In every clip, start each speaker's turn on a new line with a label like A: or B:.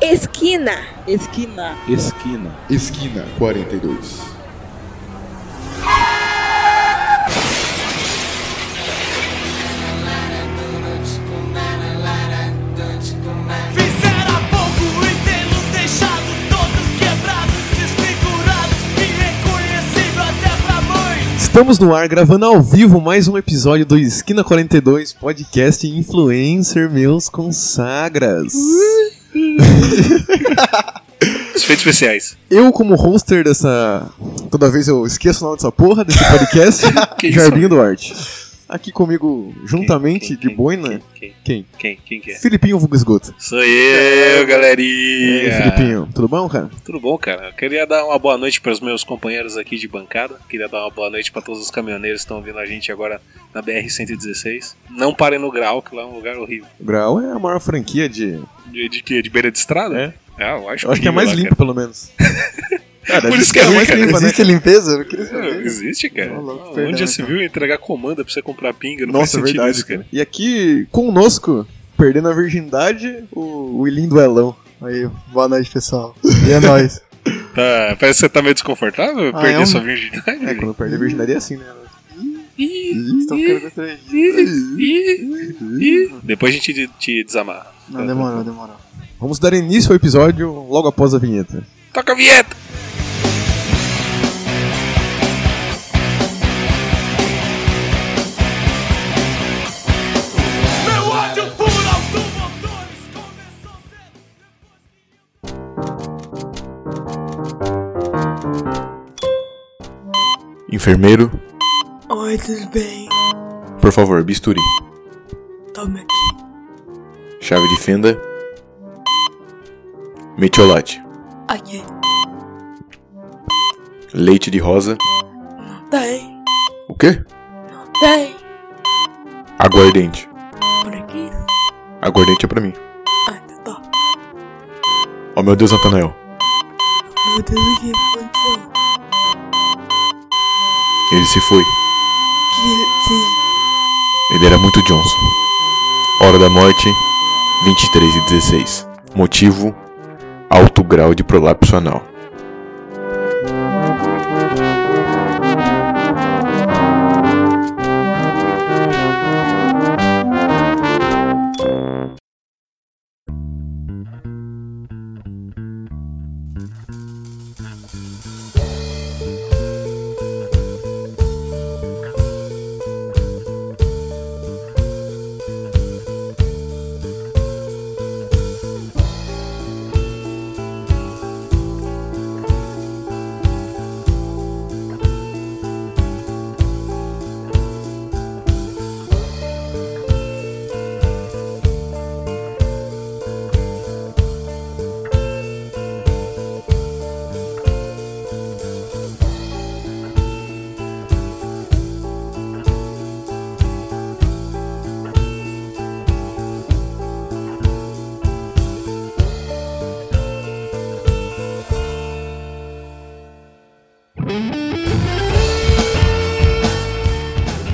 A: Esquina.
B: Esquina.
C: Esquina.
D: Esquina 42.
E: Fizeram pouco inteiro, deixado todo quebrado, desfigurado, irreconhecível até pra mãe.
F: Estamos no ar gravando ao vivo mais um episódio do Esquina 42 podcast Influencer Meus Consagras.
G: Efeitos especiais.
F: Eu, como hoster dessa. Toda vez eu esqueço o nome dessa porra desse podcast,
G: Que isso?
F: Jarbinho Duarte. Aqui comigo, juntamente
G: Quem, quem,
F: de boina,
G: Quem, quem,
F: quem?
G: quem, quem que é?
F: Filipinho Vulgo Esgoto.
G: Sou
F: E
G: eu,
F: aí,
G: galerinha.
F: Filipinho, tudo bom, cara?
G: Tudo bom, cara? Eu queria dar uma boa noite para os meus companheiros aqui de bancada. Queria dar uma boa noite para todos os caminhoneiros que estão ouvindo a gente agora na BR-116. Não parem no grau, que lá é um lugar horrível.
F: O Grau é a maior franquia de.
G: De, de quê? De beira de estrada?
F: É.
G: Ah, eu acho,
F: Eu acho que é
G: horrível
F: mais
G: lá,
F: limpo,
G: cara.
F: pelo menos.
G: Por isso que é ruim,
F: mais
G: cara.
F: limpa, né?
C: Existe limpeza? Eu não queria
G: Não,
C: saber.
G: existe, cara.
C: Ô, louco,
G: Onde já
C: perdão,
G: se
C: cara.
G: viu entregar comanda pra você comprar pinga? Não
F: Nossa, é
G: faz sentido
F: verdade,
G: isso, cara.
F: cara. E aqui, conosco, perdendo a virgindade, o William do Elão.
C: Aí, boa noite, pessoal. E é nóis.
G: Tá, parece que você tá meio desconfortável
C: Ah,
G: perder
C: é um-
G: sua virgindade.
F: É, quando perde a virgindade é assim, né?
G: Ih,
C: Estão ficando constrangidos.
G: ih, ih. Depois a gente te, te desamarra.
C: Não, demorou, demorou.
F: Vamos dar início ao episódio logo após a vinheta.
G: Toca a vinheta!
E: Meu ódio por automotores começou cedo.
D: Enfermeiro,
E: Oi, tudo bem?
D: por favor, bisturi.
E: Toma aqui.
D: Chave de fenda. Metiolate.
E: Aqui.
D: Leite de rosa.
E: Tem,
D: O quê?
E: tem.
D: Aguardente.
E: Por aqui.
D: Aguardente é pra mim.
E: Ah, tá, tá.
D: Oh meu Deus, Natanael.
E: Meu Deus, o que aconteceu?
D: Ele se foi.
E: Que sim.
D: Ele era muito Johnson. Hora da morte, 23 e 16. Motivo, alto grau de prolapso anal.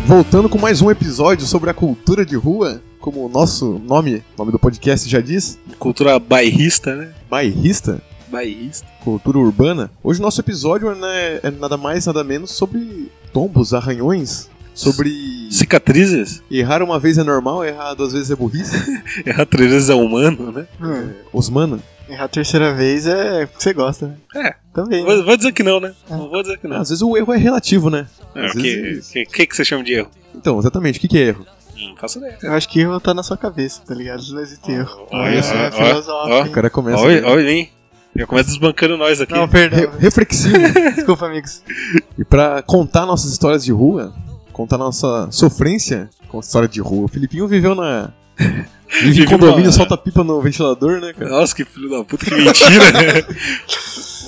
F: Voltando com mais um episódio sobre a cultura de rua, como o nosso nome, nome do podcast já diz,
G: Cultura bairrista, né?
F: bairrista,
G: Bairrista.
F: cultura urbana. Hoje o nosso episódio né, é nada mais, nada menos sobre tombos, arranhões, sobre
G: Cicatrizes?
F: errar uma vez é normal, errar duas vezes é burrice.
G: Errar três vezes é humano, né?
C: Hum,
F: Osmano,
C: errar a terceira vez é porque você gosta, né?
G: É.
C: Também. né?
G: Vou, vou dizer que não, né? Não vou dizer que não.
F: às vezes o erro é relativo, né?
G: É,
F: às
G: O que,
F: vezes-
G: que, que, que você chama de erro? Hum,
F: Então, exatamente, o que que é erro?
G: Não faço ideia.
C: Eu acho que erro tá na sua cabeça, tá ligado? Não existe erro.
G: Olha
C: é,
G: só,
C: é
G: ó,
C: filosófico,
G: ó.
F: O
C: hein?
F: cara começa...
G: Olha, olha hein? Já começa desbancando nós aqui.
C: Não,
F: Re-
C: perdão.
F: reflexivo.
C: Desculpa, amigos.
F: E pra contar nossas histórias de rua, contar nossa sofrência com história de rua. O Filipinho viveu na. Vive em
G: Vive
F: condomínio,
G: uma-
F: solta pipa no ventilador, né, cara?
G: Nossa, que filho da puta, que mentira, né?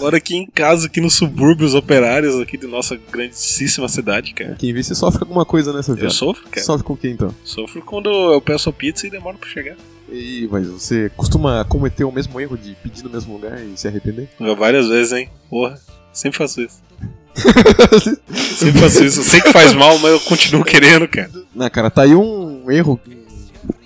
G: Moro aqui em casa, aqui no subúrbio, os operários aqui de nossa grandíssima cidade, cara.
F: Quem vê, você sofre com alguma coisa, né, seu
G: Eu
F: viado?
G: sofro, cara.
F: Sofre com quem, então?
G: Sofro quando eu peço a pizza e demoro pra chegar.
F: E, mas você costuma cometer o mesmo erro de pedir no mesmo lugar e se arrepender?
G: Já Várias vezes, hein? Porra, sempre faço isso. sempre faço isso. Eu sei que faz mal, mas eu
F: Né,
G: continuo querendo, cara.
F: Na cara, tá aí um erro,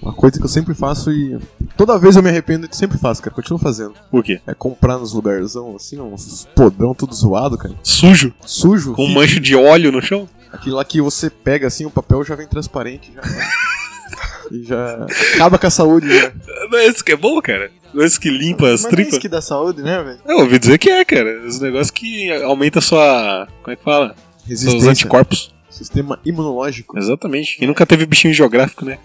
F: uma coisa que eu sempre faço e Toda vez eu me arrependo e sempre faço, cara. Continuo fazendo.
G: O quê?
F: É comprar nos lugarzão, assim, uns podrão tudo zoado, cara.
G: Sujo?
F: Sujo.
G: Com um
F: fi-
G: mancho de óleo no chão?
F: Aquilo lá que você pega, assim, o papel já vem transparente. Já. né? e já acaba com a saúde, né? já.
G: Não é esse que é bom, cara? Não é esse que limpa as
C: Mas não é
G: tripas?
C: isso que dá saúde, né, velho?
G: Eu ouvi dizer que é, cara. Os negócios que aumenta sua. Como é que fala? Seus
F: Resistência.
G: anticorpos.
F: Sistema imunológico.
G: Exatamente. Quem nunca teve bichinho geográfico, né?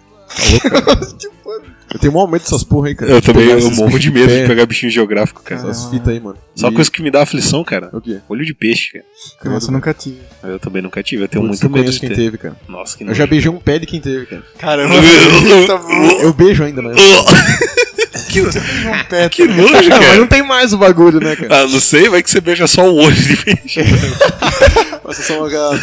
F: Eu tenho maior medo dessas porra aí, cara.
G: Eu
F: De
G: também
F: pegar
G: eu
F: esses
G: morro de
F: bichos
G: medo de
F: pé,
G: pegar bichinho geográfico, cara.
F: Essas fitas aí, mano. E-
G: Só
F: é
G: coisa que me dá aflição, cara.
F: O quê?
G: Olho de peixe, cara.
C: Nossa, eu nunca tive.
G: Eu também nunca tive. Eu tenho
F: Putz,
G: muito
F: eu
G: medo
F: conheço
G: de
F: quem
C: é
G: ter.
F: teve, cara.
G: Nojo, que
F: Eu já
G: nojo.
F: beijei um pé de quem teve, cara.
C: Caramba, tá bom.
F: Eu um beijo ainda, mas.
C: Um pé,
G: Que é. nojo,
F: Não, mas não
G: cara.
F: tem mais o bagulho, né, cara?
G: Ah, não sei, vai que você beija só o olho de peixe.
F: É,
G: Ah.
F: Passa só uma aquela-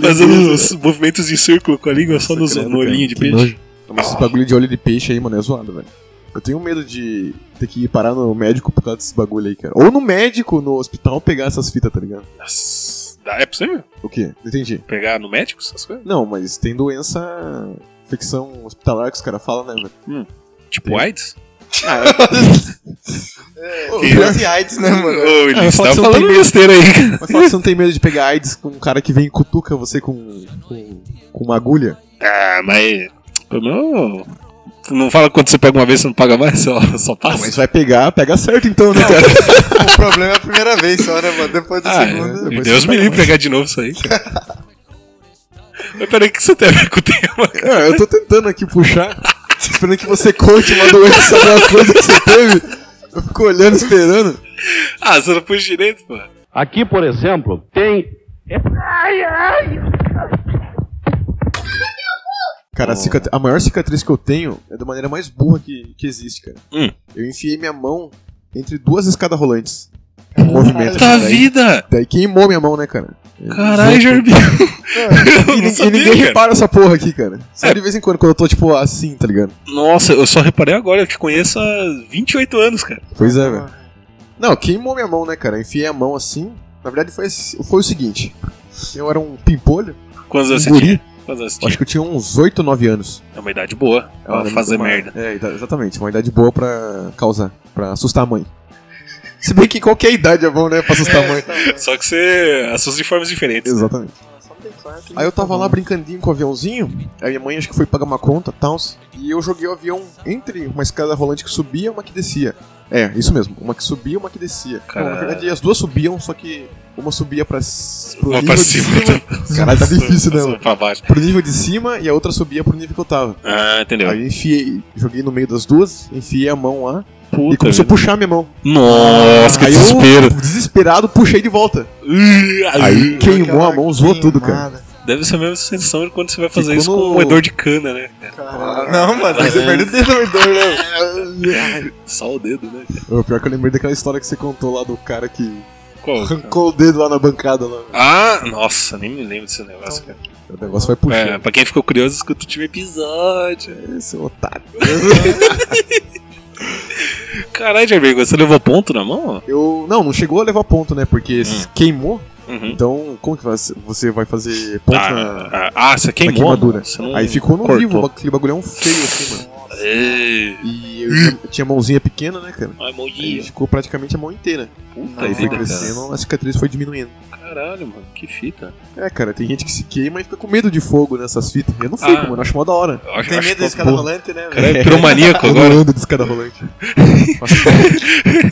G: Fazendo os movimentos em círculo com a língua só nos-
F: Sacanagem,
G: no olhinho de
F: cara. Que
G: peixe.
F: nojo. Mas esse bagulho de olho de peixe aí, mano, é zoado, velho. Eu tenho medo de ter que ir parar no médico por causa desse bagulho aí, cara. Ou no médico, no hospital, pegar essas fitas, tá ligado?
G: Nossa, dá- é possível?
F: O quê? Não entendi.
G: Pegar no médico essas coisas?
F: Não, mas tem doença. Infecção hospitalar que os caras falam, né, velho?
G: Tipo AIDS?
F: Ô,
G: Que-
F: pior-
C: Quase AIDS, né,
G: Ô,
C: mano?
F: É, Ah, eu ia
G: Ulisses,
F: falar
G: tá
F: que você não
G: falando
F: tem-
G: besteira aí, cara.
F: Mas fala que você não tem medo de pegar AIDS com um cara que vem e cutuca você com, com, com uma agulha?
G: Ah, mas. pelo menos- Não fala quando você pega uma vez você não paga mais, só, só
F: Ah,
G: passa.
F: mas vai pegar, pega certo então, né, cara? é.
C: O problema é a primeira vez só, né, mano? Depois da
G: Ah,
C: segunda.
F: depois
G: Deus
F: você
G: me
F: pega
G: livre pegar de novo isso aí, cara. Mas peraí, o que você tem a ver com o tema?
F: É, eu tô tentando aqui puxar, esperando que você conte uma doença, alguma coisa que você teve. Eu fico olhando, esperando.
G: Ah, você não pôs direito, pô.
A: Aqui, por exemplo, tem.
F: Cara, a, cicatri- a maior cicatriz que eu tenho é da maneira mais burra que, que existe, cara.
G: Hum.
F: Eu enfiei minha mão entre duas escadas rolantes. Um movimento.
G: Puta
F: assim,
G: vida!
F: Daí, daí queimou minha mão, né, cara?
G: Tá Caralho, Jardim.
F: E,
G: Eu não
F: nin- É. e
G: sabia,
F: ninguém
G: cara.
F: repara essa porra aqui, cara. Só
G: É.
F: de vez em quando, quando eu tô, tipo, assim, tá ligado?
G: Nossa, eu só reparei agora, eu te conheço há 28 anos, cara.
F: Pois
C: Tá
F: é, velho. Não, queimou minha mão, né, cara? Eu Enfiei a mão assim. Na verdade, foi, esse- foi o seguinte. Eu era um pimpolho,
G: Quantos anos
F: um
G: você
F: guri.
G: tinha? Quantos anos você
F: Eu
G: tinha?
F: Acho que eu tinha uns 8, 9 anos.
G: É uma idade boa
F: Eu
G: pra
F: era
G: fazer
F: muito-
G: merda.
F: É, ida- exatamente. Uma idade boa pra causar, pra assustar a mãe. Se bem que qualquer idade é bom, né, pra assustar a mãe.
C: Tá
G: Só que você assusta de formas diferentes.
F: Exatamente. Aí eu
G: Tá
F: tava lá brincandinho com o aviãozinho, aí minha mãe acho que foi pagar uma conta e tal, e eu joguei o avião entre uma escada rolante que subia e uma que descia. É, isso mesmo, uma que subia e uma que descia. Bom, na
G: Caralho.
F: verdade as duas subiam, só que uma subia pra, s- pro
G: Uma
F: nível
G: pra
F: de
G: cima. então.
F: cima, Caralho, tá difícil, né, mano?
G: Pra baixo.
F: pro nível de cima e a outra subia pro nível que eu tava.
G: Ah, entendeu.
F: Aí eu enfiei, joguei no meio das duas, enfiei a mão lá
G: Puta
F: e começou
G: vida.
F: a puxar a minha mão.
G: Nossa, que
F: aí
G: desespero.
F: eu, desesperado, puxei de volta. Aí queimou a mão, zoou tudo, cara.
G: Deve ser a mesma sensação de quando você vai
F: Ficou
G: fazer isso com
F: no-
G: um moedor de cana, né?
C: Caramba. Não, mano,
G: É.
C: você
F: é.
C: perdeu o desenvolvedor, né?
G: Só o dedo, né?
F: Ô, pior que eu lembrei daquela história que você contou lá do cara que
G: Qual?
F: arrancou o dedo lá na bancada lá.
G: Ah, nossa, nem me lembro desse negócio, cara.
F: O negócio vai
G: É,
F: puxando.
G: pra quem ficou curioso, escuta o último episódio.
F: É. Esse otário.
G: Caralho, Jardim, você levou ponto na mão?
F: Eu. Não, não chegou a levar ponto, né? Porque se
G: Hum.
F: queimou.
G: Uhum.
F: Então, como que vai- você vai fazer ponto na.
G: Ah, ah, ah, você queimou?
F: queimadura.
G: Você não
F: Aí ficou no
G: cortou.
F: vivo, aquele bagulhão feio assim, mano.
G: Ei,
F: E eu tinha mãozinha pequena, né, cara?
G: Ai,
F: Aí
G: maldinho.
F: ficou praticamente a mão inteira.
G: Puta
F: Aí foi
G: vida,
F: crescendo, a cicatriz foi diminuindo.
G: cara. Caralho, mano, que fita.
F: É, cara, tem gente que se queima e fica com medo de fogo nessas fitas. Eu não fico,
G: Ah.
F: mano, eu acho mó da hora.
G: Eu acho,
C: Tem
G: acho
C: medo
G: que
C: desse cara
F: porra.
C: rolante, né,
G: o cara
C: velho?
G: é piromaníaco
F: Eu
G: agora.
F: não ando de escada rolante.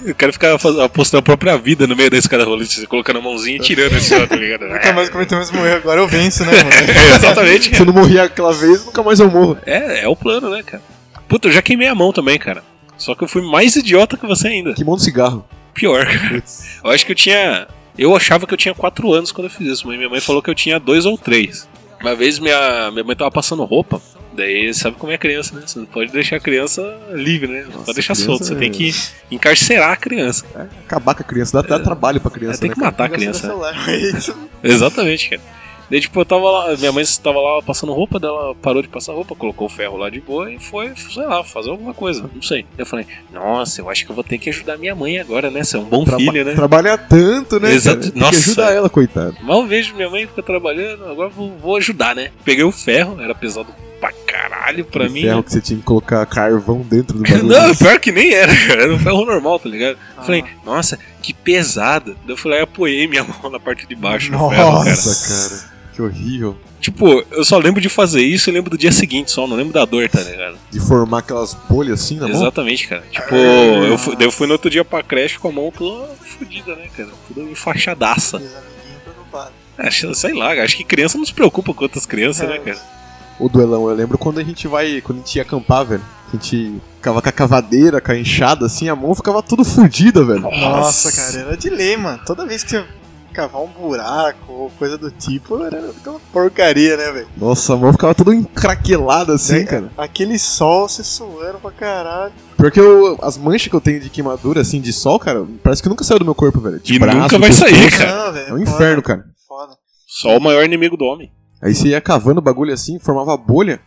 G: Eu quero ficar faz- apostando a própria vida no meio da escada rolante, você colocando a mãozinha e tirando esse ó, tá ligado?
C: Nunca mais cometeu o mesmo erro, agora eu venço, né,
G: É,
C: mano?
G: exatamente.
F: Se eu não morrer aquela vez, nunca mais eu morro.
G: É, é o plano, né, cara? Puta, eu já queimei a mão também, cara. Só que eu fui mais idiota que você ainda.
F: Que mão de cigarro.
G: Pior, cara. Eu acho que eu tinha. Eu achava que eu tinha 4 anos quando eu fiz isso, mas minha mãe falou que eu tinha 2 ou 3. Uma vez minha, minha mãe tava passando roupa, daí sabe como é criança, né? Você não pode deixar a criança livre, né? Não
F: Nossa,
G: pode deixar
F: criança
G: solto, você
F: é-
G: tem que encarcerar a criança.
F: Acabar com a criança, dá, dá trabalho pra criança.
G: É. tem
F: né,
G: que
F: cara?
G: matar a criança. né?
C: É isso.
G: Exatamente, cara. Daí, tipo, eu tava lá, minha mãe tava lá passando roupa, daí ela parou de passar roupa, colocou o ferro lá de boa e foi, sei lá, fazer alguma coisa, não sei. Eu falei, nossa, eu acho que eu vou ter que ajudar minha mãe agora, né? Você é um bom
F: Traba-
G: filho, né?
F: Trabalha tanto, né?
G: Exato.
F: Cara? Tem
G: Nossa.
F: Que ajuda ela, coitado.
G: Mal vejo minha mãe fica trabalhando, agora vou, vou ajudar, né? Peguei o ferro, era pesado pra caralho. caralho pra mim.
F: Ferro que você tinha que colocar carvão dentro do bagulho.
G: Não, pior que nem era, cara. Era um ferro normal, tá ligado? Falei, nossa, que pesado. Daí eu fui lá e apoiei minha mão na parte de baixo do ferro, cara.
F: Nossa, cara. Que horrível.
G: Tipo, eu só lembro de fazer isso e lembro do dia seguinte só, não lembro da dor, tá ligado?
F: De formar aquelas bolhas assim na mão.
G: Exatamente, cara. Tipo,
F: Ah.
G: eu fui, daí eu fui no outro dia pra creche com a mão toda fodida, né, cara? Toda enfaixadaça. Acho, sei lá, cara, acho que criança não se preocupa com outras crianças,
C: É.
G: né, cara?
F: O duelão, eu lembro quando a gente vai. Quando a gente ia acampar, velho. A gente ficava com a cavadeira, com a enxada, assim, a mão ficava tudo fodida, velho.
C: Nossa, cara, era de lei, mano. Toda vez que você cavar um buraco ou coisa do tipo, era uma porcaria, né, velho?
F: Nossa, a mão ficava toda encraquelada, assim,
G: É.
C: Né,
F: cara.
C: Aquele sol se suando pra caralho.
F: Pior que eu, as manchas que eu tenho de queimadura, assim, de sol, cara, parece que nunca saiu do meu corpo, velho. De
G: E
F: braço,
G: nunca vai
F: pescoço.
G: sair, cara.
C: Não, velho.
F: É um inferno, cara.
C: Foda.
G: Só o maior inimigo do homem.
F: Aí você ia cavando o bagulho assim, formava bolha.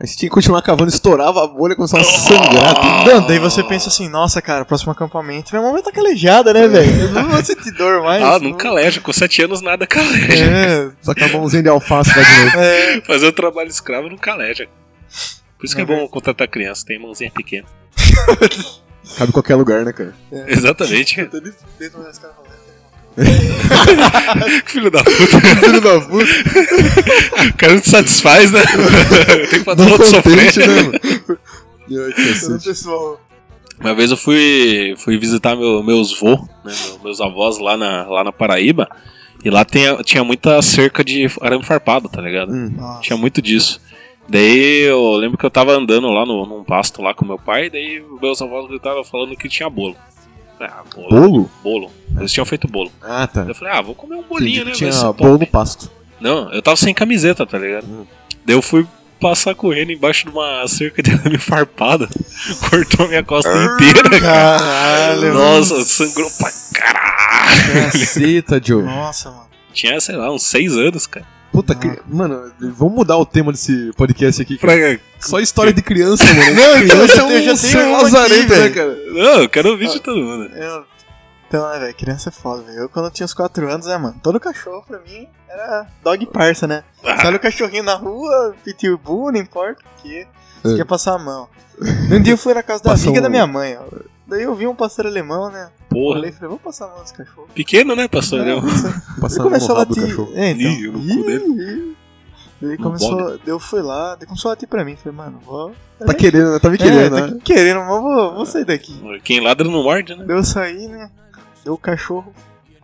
F: Aí você tinha que continuar cavando, estourava a bolha, começava a sangrar.
C: Não, daí você pensa assim, nossa, cara, próximo acampamento, é minha mão vai estar calejada, né, velho? Eu não vou sentir dor
F: É,
C: mais.
G: ah,
C: não-
G: nunca leja. Com sete anos nada caleja.
C: É,
F: Só que a mãozinha de alface vai de novo.
C: é,
G: Fazer o trabalho escravo não caleja. Por isso que é
C: Não,
G: bom contratar criança, tem mãozinha pequena.
F: Cabe em qualquer lugar, né, cara?
G: Exatamente, cara.
C: tô dentro- dentro das caras falando.
G: Filho da puta.
F: Filho da puta,
G: O cara não te satisfaz, né? tem que fazer
F: não
G: outro
F: contente,
G: sofrer.
F: né, mano? Ai,
C: Todo
F: cacete.
C: pessoal.
G: Uma vez eu fui, fui visitar meu- meus vô, né, meu- meus avós lá na, lá na Paraíba. E lá tem, a- tinha muita cerca de arame farpado, tá ligado?
F: Hum.
C: Nossa.
G: Tinha muito disso. Daí eu lembro que eu tava andando lá no, num pasto lá com meu pai, daí meus avós gritaram falando que tinha bolo. Ah, bolo?
F: Bolo?
G: Bolo. Eles tinham feito bolo.
F: Ah, tá.
G: Eu falei, ah, vou comer um bolinho,
F: Entendi
G: né?
F: que
G: vai
F: tinha
G: ser top.
F: bolo Hum. no pasto.
G: Não, eu tava sem camiseta, tá ligado? Daí eu fui passar correndo embaixo de uma cerca de arame farpada. Cortou a minha costa
F: Ah,
G: inteira, cara.
C: Caralho,
G: Nossa, sangrou pra caralho.
F: Caceta, Joe.
C: Nossa, mano.
G: Tinha, sei lá, uns seis anos, cara.
F: Puta, que... mano, vamos mudar o tema desse podcast aqui. cara.
G: Pra-
F: Só história de criança, mano.
C: Não,
F: Criança é
C: eu já
F: um
C: tenho
F: ser
C: uma aqui,
F: lazarento, né,
C: velho.
F: cara?
G: Não, eu quero ouvir de todo mundo.
C: Eu... Então, né, velho, criança é foda, velho. Eu, quando eu tinha uns 4 anos, né, mano, todo cachorro pra mim era dog parça, né?
F: Ah.
C: Você olha o cachorrinho na rua, pitbull, não importa o que, você
F: É.
C: quer passar a mão. Um dia eu fui na casa da
F: Passa
C: amiga
F: um-
C: da minha mãe, ó. Daí eu vi um pastor alemão, né?
G: Porra.
C: Falei, falei, vamos passar a mão nesse cachorro.
G: Pequeno, né, pastor?
C: Não,
G: Léo?
C: passou-
F: Passando
C: Ele começou
F: no
C: a
F: rabo do
C: latir.
F: cachorro.
C: É, então.
G: Ih, no cu dele.
C: Ih, ih.
G: No
C: Ele começou.
G: bode.
C: daí Eu fui lá, daí começou a latir pra mim. Falei, mano, vou.
F: Tá querendo, né? Tá me querendo,
C: é,
F: né?
C: tá querendo, mas vou, vou sair daqui.
G: Quem ladra não morde, né?
C: Daí eu saí, né? Daí o cachorro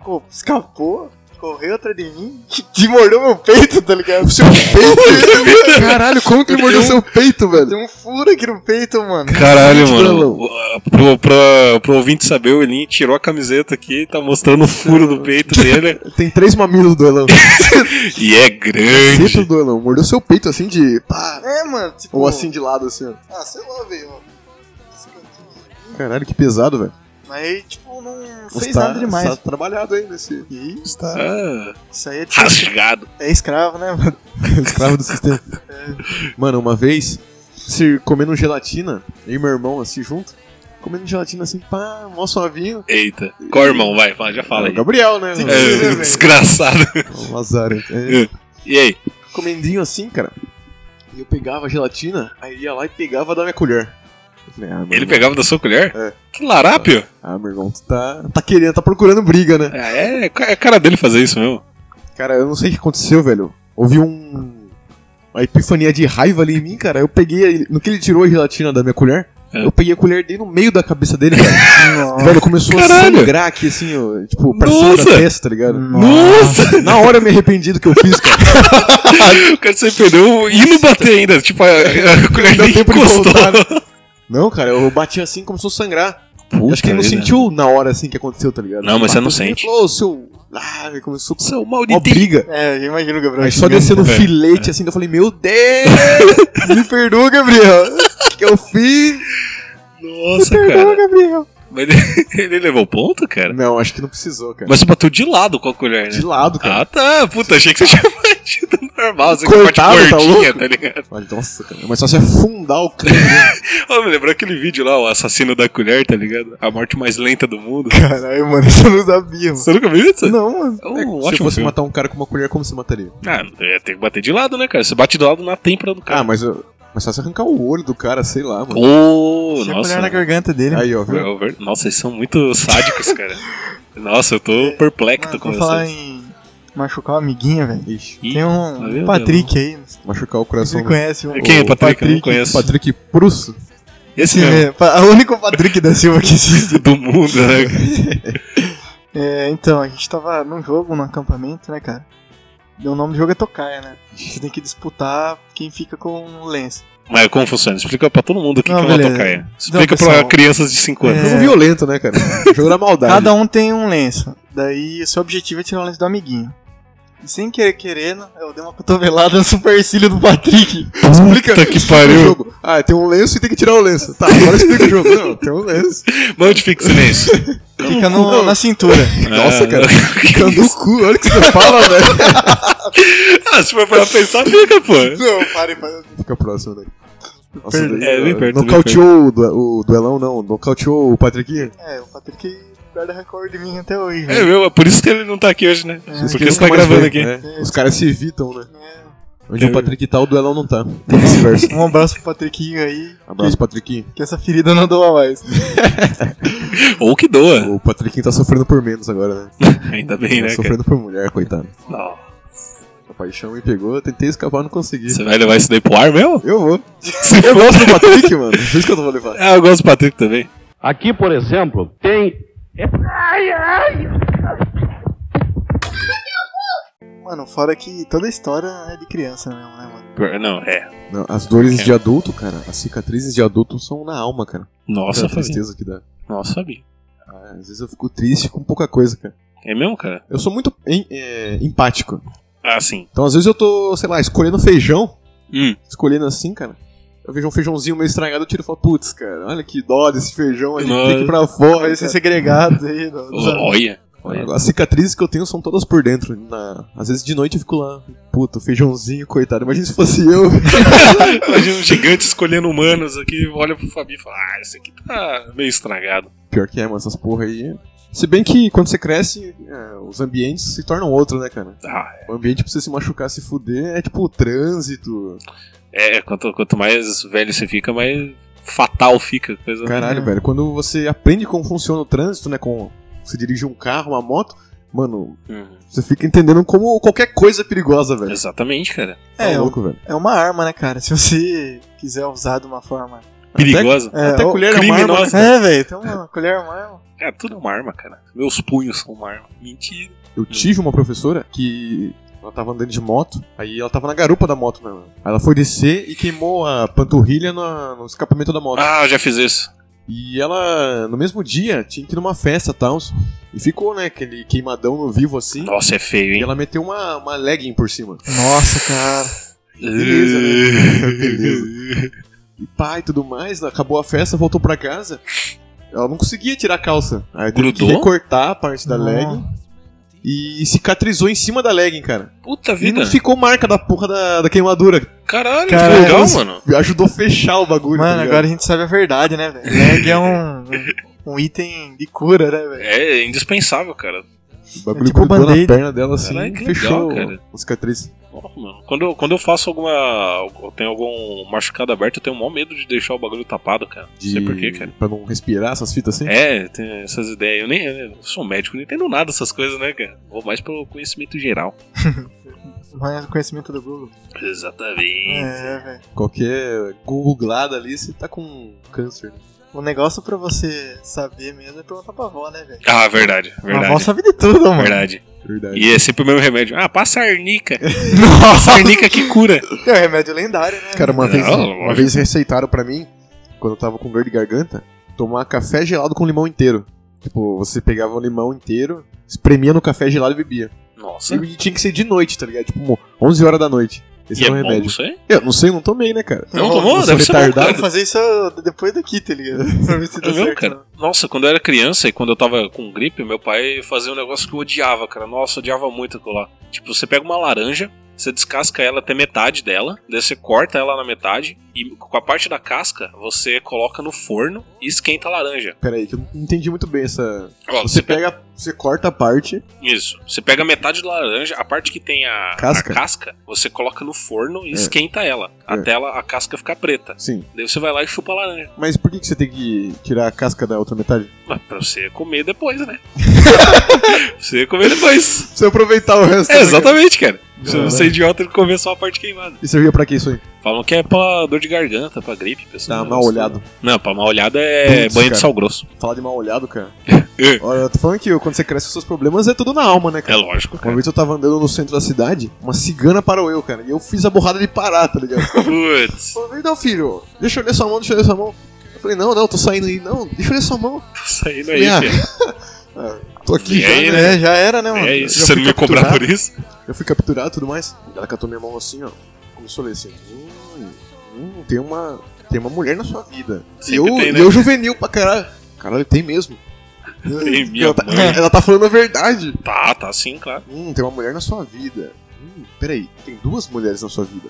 C: co- escapou, correu atrás de mim e mordeu meu peito, tá ligado?
F: Seu peito! Caralho, como que ele é mordeu seu peito, velho?
C: Tem um furo aqui no peito, mano.
G: Caralho,
F: mano.
G: mano. Pro, pra, pro ouvinte saber, o Elin tirou a camiseta aqui, tá mostrando o furo do peito dele.
F: Tem três mamilos do Elão.
G: E é
F: Peito
G: grande.
F: do Elão. Mordeu seu peito assim de. pá,
C: É, mano, tipo.
F: Ou assim de lado, assim, ó.
C: Ah, sei lá, velho. ó. Esse cantinho.
F: Caralho, que pesado, velho.
C: Aí, tipo, não
F: Você
C: fez
F: tá-
C: nada demais.
F: Tá trabalhado aí nesse.
C: Ih,
G: Ah,
C: Isso aí é, tipo,
G: rasgado.
C: é escravo, né, mano?
F: Escravo do sistema. Mano, uma vez, se comendo gelatina, eu e meu irmão, assim, junto, comendo gelatina assim, pá, mó suavinho.
G: Eita. Qual irmão? Vai, fala, já fala
F: É
G: aí.
F: o Gabriel, né? mano?
C: É.
G: É, desgraçado.
F: O Lazaro. É.
G: E aí?
F: comendinho assim, cara. E eu pegava a gelatina, aí ia lá e pegava da minha colher. Eu falei, ah, meu
G: Ele
F: irmão,
G: pegava da sua colher?
F: É.
G: Que larápio.
F: ah, meu irmão, tu tá, tá querendo, tá procurando briga, né?
G: É, é ca- é cara dele fazer isso mesmo.
F: Cara, eu não sei o que aconteceu, velho. Houve um. Uma epifania de raiva ali em mim, cara. Eu peguei. ele- No que ele tirou a gelatina da minha colher,
G: É.
F: eu peguei a colher dele no meio da cabeça dele, velho.
C: Nossa.
F: velho, começou
G: Caralho.
F: a sangrar aqui, assim, ó, tipo, pra cima da
G: Nossa.
F: testa, tá ligado?
G: Nossa!
F: Na hora eu me arrependi do que eu fiz, cara.
G: o cara se perdeu e não bater ainda. Tipo, a, a colher
F: Deu
G: nem
F: tempo de
G: encostou.
F: voltar, né? Não, cara, eu bati assim e começou a sangrar.
G: Puta
F: Acho que ele não
G: vida.
F: sentiu na hora assim que aconteceu, tá ligado?
G: Não, mas você não
F: Bateu, ele
G: sente.
F: falou, "Ô, seu. Ah, ele começou com
G: Seu
F: uma
G: maldito.
F: briga.
C: É, eu imagino o Gabriel.
F: Aí só
C: xingando.
F: descendo um
G: É.
F: filete assim, daí eu falei, meu Deus!
C: Me perdoa, Gabriel.
F: O que eu fiz?
G: Nossa,
C: Perdoa,
G: cara.
C: Gabriel.
G: Mas ele, ele levou ponto, cara?
F: Não, acho que não precisou, cara.
G: Mas você bateu de lado com a colher,
F: De
G: né?
F: lado, cara.
G: Ah, tá. Puta, achei que você tinha batido normal. assim, Você
F: Cortado,
G: bate
F: tá
G: gordinha,
F: louco?
G: tá ligado?
F: Olha, nossa, cara. Mas só se afundar o crânio.
G: Ó, me lembrou aquele vídeo lá, o assassino da colher, tá ligado? A morte mais lenta do mundo.
C: Caralho, mano, isso eu não sabia, mano.
G: Você nunca viu isso?
C: Não, mano.
G: É um
F: se
G: ótimo
F: fosse
G: filme.
F: matar um cara com uma colher, como você mataria?
G: Ah, é, tem que bater de lado, né, cara? Você bate de lado na têmpora do cara.
F: Ah, mas eu. Mas só se arrancar o olho do cara, sei lá, mano.
G: Ô, nossa.
C: Tinha
G: né?
C: colher é na garganta dele.
F: Aí, ó, viu?
G: É over- Nossa, eles são muito sádicos, cara. Nossa, eu tô perplexo
C: Mano,
G: com
C: vou
G: isso.
C: falar em machucar o amiguinho, velho.
F: Ixi,
G: Ih,
C: Tem
G: tá
C: um
G: vendo?
C: Patrick aí,
F: machucar o
C: você
F: coração. do-
C: conhece um.
G: Quem é Patrick? Eu não conheço.
F: Patrick Prusso.
G: Esse
C: Sim,
G: mesmo,
C: é, pa- o único Patrick da Silva que existe.
G: do mundo, né?
C: É, então, a gente tava num jogo, num acampamento, né, cara? E O nome do jogo é Tocaia, né? Você tem que disputar quem fica com o lenço.
G: Mas é como funciona? Explica pra todo mundo o que,
C: Não,
G: que é uma
C: beleza.
G: tocaia. Explica pra
C: pessoal.
G: crianças de 5 anos.
F: Jogo violento, né, cara? Jogo da maldade.
C: Cada um tem um lenço. Daí o seu objetivo é tirar o lenço do amiguinho. E sem querer querendo, eu dei uma cotovelada no supercílio do Patrick.
F: Explica
G: Puta que
F: explica
G: pariu.
F: o jogo. Ah, tem um lenço e tem que tirar o lenço. Tá, agora explica o jogo. Não, tem um lenço.
G: Mas onde fica o silêncio?
C: Fica no- na cintura.
F: Nossa,
G: Ah,
F: cara. Fica no cu. Olha o que você fala, velho.
G: ah, se for pra pensar, fica, pô.
C: Não, pare, pare.
F: Fica próximo, né? Nossa,
C: Perdão.
F: daí,
G: É, bem
F: ó,
G: perto, bem
F: Nocauteou o, du- o duelão, não. Nocauteou o Patrick.
C: É, o Patrick guarda recorde de mim até hoje.
G: É, meu, é por isso que ele não tá aqui hoje, né? Porque
F: Ele
G: você tá
F: nunca mais
G: gravando aqui.
F: vem, né? Os caras se evitam, né?
C: É.
F: Onde
G: É. Uhum.
F: o Patrick tá, o duelão não tá. E vice-versa.
C: Um abraço pro Patriquinho aí,
F: Abraço, Patrick.
C: que essa ferida não doa mais.
G: Ou que doa.
F: O Patrick tá sofrendo por menos agora, né?
G: Ainda bem,
F: Tá
G: né, cara?
F: sofrendo por mulher, coitado.
G: Não.
F: A paixão me pegou, eu tentei escapar, não consegui.
G: Você vai levar isso daí pro ar mesmo?
F: Eu vou. Eu gosto do Patrick, mano. Por isso que eu não vou levar.
G: Ah, eu gosto do Patrick também.
A: Aqui, por exemplo, tem.
C: Mano, fora que toda a história é de criança mesmo, né, mano?
G: Não, é.
F: Não, as dores
G: É.
F: de adulto, cara, as cicatrizes de adulto são na alma, cara. É
G: Nossa,
F: a
G: Fabinho.
F: tristeza que dá.
G: Nossa, Fabinho.
F: Ah, Às vezes eu fico triste com pouca coisa, cara.
G: É mesmo, cara?
F: Eu sou muito em- é, empático.
G: Ah, sim.
F: Então, às vezes eu tô, sei lá, escolhendo feijão,
G: Hum.
F: escolhendo assim, cara. Eu vejo um feijãozinho meio estragado, eu tiro e falo, putz, cara, olha que dó desse feijão, a gente
G: Nossa.
F: tem que ir pra fora.
C: Vai ser segregado aí, não, não sabe?
G: Olha. Olha.
F: As cicatrizes que eu tenho são todas por dentro. Na- Às vezes de noite eu fico lá, puto, feijãozinho, coitado. Imagina se fosse eu.
G: Imagina um gigante escolhendo humanos aqui, olha pro Fabi e fala, ah, esse aqui tá meio estragado.
F: Pior que é, mano, essas porra aí. Se bem que quando você cresce, é, os ambientes se tornam outro, né, cara?
G: Ah,
F: O ambiente pra você se machucar, se fuder, é tipo o trânsito.
G: é, quanto, quanto mais velho você fica, mais fatal fica. a Coisa
F: Caralho, velho, quando você aprende como funciona o trânsito, né, como você dirige um carro, uma moto, mano,
G: Uhum.
F: você fica entendendo como qualquer coisa é perigosa, velho.
G: Exatamente, cara.
F: É,
C: É,
F: louco, velho.
C: é uma arma, né, cara? Se você quiser usar de uma forma.
G: Perigosa.
C: É,
F: Até
C: ou-
F: colher é uma arma, né?
G: criminosa.
C: É, velho, tem uma colher é uma arma.
G: É, tudo é uma arma, cara. Meus punhos são uma arma. Mentira.
F: Eu tive uma professora que ela tava andando de moto, aí ela tava na garupa da moto, né, mano? Aí Ela foi descer e queimou a panturrilha na- no escapamento da moto.
G: Ah, eu já fiz isso.
F: E ela, no mesmo dia, tinha que ir numa festa e tal. E ficou, né, aquele queimadão no vivo assim.
G: Nossa, é feio,
F: E
G: hein?
F: ela meteu uma, uma legging por cima.
C: Nossa, cara.
F: Beleza, né? Beleza. E pá, e tudo mais. Acabou a festa, voltou pra casa. Ela não conseguia tirar a calça. Aí teve que
G: Grudou?
F: recortar a parte da
C: Nossa.
F: legging. E cicatrizou em cima da legging, cara.
G: Puta
F: E
G: vida.
F: não ficou marca da porra da, da queimadura.
G: Caralho,
C: Caralho,
G: que legal,
C: isso-
G: mano.
F: Ajudou a fechar o bagulho.
C: Mano,
F: tá ligado?
C: agora a gente sabe a verdade, né, velho? Leg é um, um item de cura, né, velho?
G: É indispensável, cara.
F: O bagulho
C: é tipo
F: grudou na
C: band-aid.
F: perna dela assim.
G: Caralho, que
F: fechou
G: legal, cara.
F: a cicatriz.
G: Porra, mano. Quando, eu- quando eu faço alguma. Eu tenho algum machucado aberto, eu tenho o maior medo de deixar o bagulho tapado, cara. Não
F: De...
G: sei por quê, cara.
F: Pra não respirar essas fitas assim.
G: É, tem essas ideias. Eu nem eu sou médico, não entendo nada dessas coisas, né, cara? Vou mais pelo conhecimento geral.
C: Mas o conhecimento do Google.
G: Exatamente.
C: É, velho.
F: Qualquer googlada ali, você tá com câncer. né?
C: O negócio pra você saber mesmo é perguntar pra avó, né, velho?
G: Ah, verdade,
C: A avó
G: verdade.
C: sabe de tudo, mano.
G: Verdade.
F: Verdade.
G: E é sempre o mesmo remédio. Ah, passa arnica. Passa
C: Nossa!
G: arnica que cura.
C: É um remédio lendário, né?
F: Cara, uma,
G: Não,
F: vez, uma
G: lógico.
F: vez receitaram pra mim, quando eu tava com dor de garganta, tomar café gelado com limão inteiro. Tipo, você pegava o limão inteiro, espremia no café gelado e bebia.
G: Nossa.
F: E tinha que ser de noite, tá ligado? Tipo, 11 horas da noite. Esse
G: E é
F: era o
G: bom
F: remédio.
G: isso aí?
F: Eu não sei, eu não tomei, né, cara?
G: Não,
F: Eu
G: tomou?
F: sou
G: Deve ser bom,
C: Eu
F: retardado.
C: vou fazer isso depois daqui, tá ligado? Pra ver se
G: Tá
C: dá
G: vendo,
C: certo. né?
G: cara? Nossa, quando eu era criança e quando eu tava com gripe, meu pai fazia um negócio que eu odiava, cara. Nossa, eu odiava muito aquilo lá. Tipo, você pega uma laranja, Você descasca ela até metade dela, daí você corta ela na metade e com a parte da casca você coloca no forno e esquenta a laranja.
F: Peraí, que eu não entendi muito bem essa.
G: Ó,
F: Você pega, você corta a parte.
G: Isso. Você pega metade da laranja, a parte que tem Ah, a a casca,
F: Casca?
G: você coloca no forno e esquenta ela, até ela, a casca ficar preta.
F: Sim.
G: Daí você vai lá e chupa a laranja.
F: Mas por que, que você tem que tirar a casca da outra metade?
G: Mas pra você comer depois, né? pra você comer depois.
F: Pra você aproveitar o resto.
G: É,
F: né,
G: exatamente, cara. Você não
F: Caralho.
G: ser idiota e comer só a parte queimada.
F: cara? E servia pra que isso aí?
G: Falam que é pra dor de garganta, pra gripe, pessoal.
F: Tá mal olhado.
G: Não, pra mal olhada é
F: Putz,
G: banho de
F: cara.
G: sal grosso.
F: Falar de mal olhado, cara.
G: É.
F: Olha, eu tô falando que quando você cresce, os seus problemas é tudo na alma, né,
G: É
F: cara?
G: lógico,
F: Uma
G: cara.
F: vez eu tava andando no centro da cidade, uma cigana parou eu, cara. E eu fiz a borrada de parar, tá ligado?
G: Putz.
F: Falei, não, filho, deixa eu ler sua mão, deixa eu ler sua mão. Eu falei, não, não, tô saindo aí. Não, deixa eu ler sua mão.
G: Tô saindo aí, é
F: Ah,
G: filho.
F: Tô aqui.
G: E aí, né?
C: É, já era, né, mano?
G: É isso.
F: Ah, já
G: Você
F: fui
G: não me cobrar
F: capturado.
G: por isso?
F: Eu fui capturado e tudo mais. Ela catou minha mão assim, ó. Começou a ler assim. Hum, hum, tem uma. Tem uma mulher na sua vida. E eu,
G: Sempre tem, né?
F: e eu juvenil pra caralho. Caralho, tem mesmo.
G: Tem minha
F: ela, tá,
G: mãe.
F: ela tá falando a verdade.
G: Tá, tá sim, claro.
F: Hum, tem uma mulher na sua vida. Hum, peraí, tem duas mulheres na sua vida.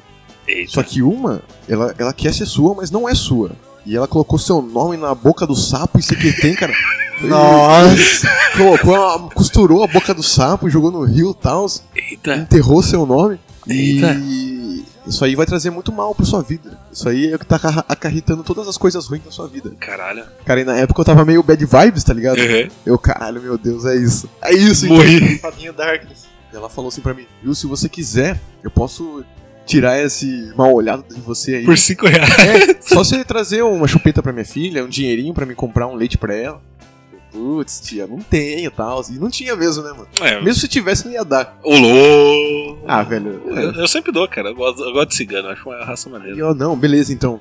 G: Eita.
F: Só que uma, ela, ela quer ser sua, mas não é sua. E ela colocou seu nome na boca do sapo e sei que tem, cara.
C: Nossa!
F: Colocou, a- costurou a boca do sapo e jogou no rio e tal.
G: Eita.
F: Enterrou seu nome.
G: Eita.
F: E isso aí vai trazer muito mal pra sua vida. Isso aí é o que tá acarra- acarretando todas as coisas ruins da sua vida.
G: Caralho.
F: Cara, e na época eu tava meio bad vibes, tá ligado?
G: Uhum.
F: Eu, caralho, meu Deus, é isso. É isso, então.
G: Morri.
C: Fadinho Darkness.
F: Ela falou assim pra mim, viu, se você quiser, eu posso tirar esse mal olhado de você aí.
G: Por 5 reais.
F: É, só você trazer uma chupeta pra minha filha, um dinheirinho pra me comprar um leite pra ela. Eu, Putz, tia, não tem e tal. E não tinha mesmo, né, mano?
G: É,
F: Mesmo se tivesse, não ia dar.
G: olô.
F: Ah, velho.
G: Eu, eu sempre dou, cara. Eu gosto, eu gosto de cigano, eu acho uma raça maneira.
F: E eu, não, beleza, então.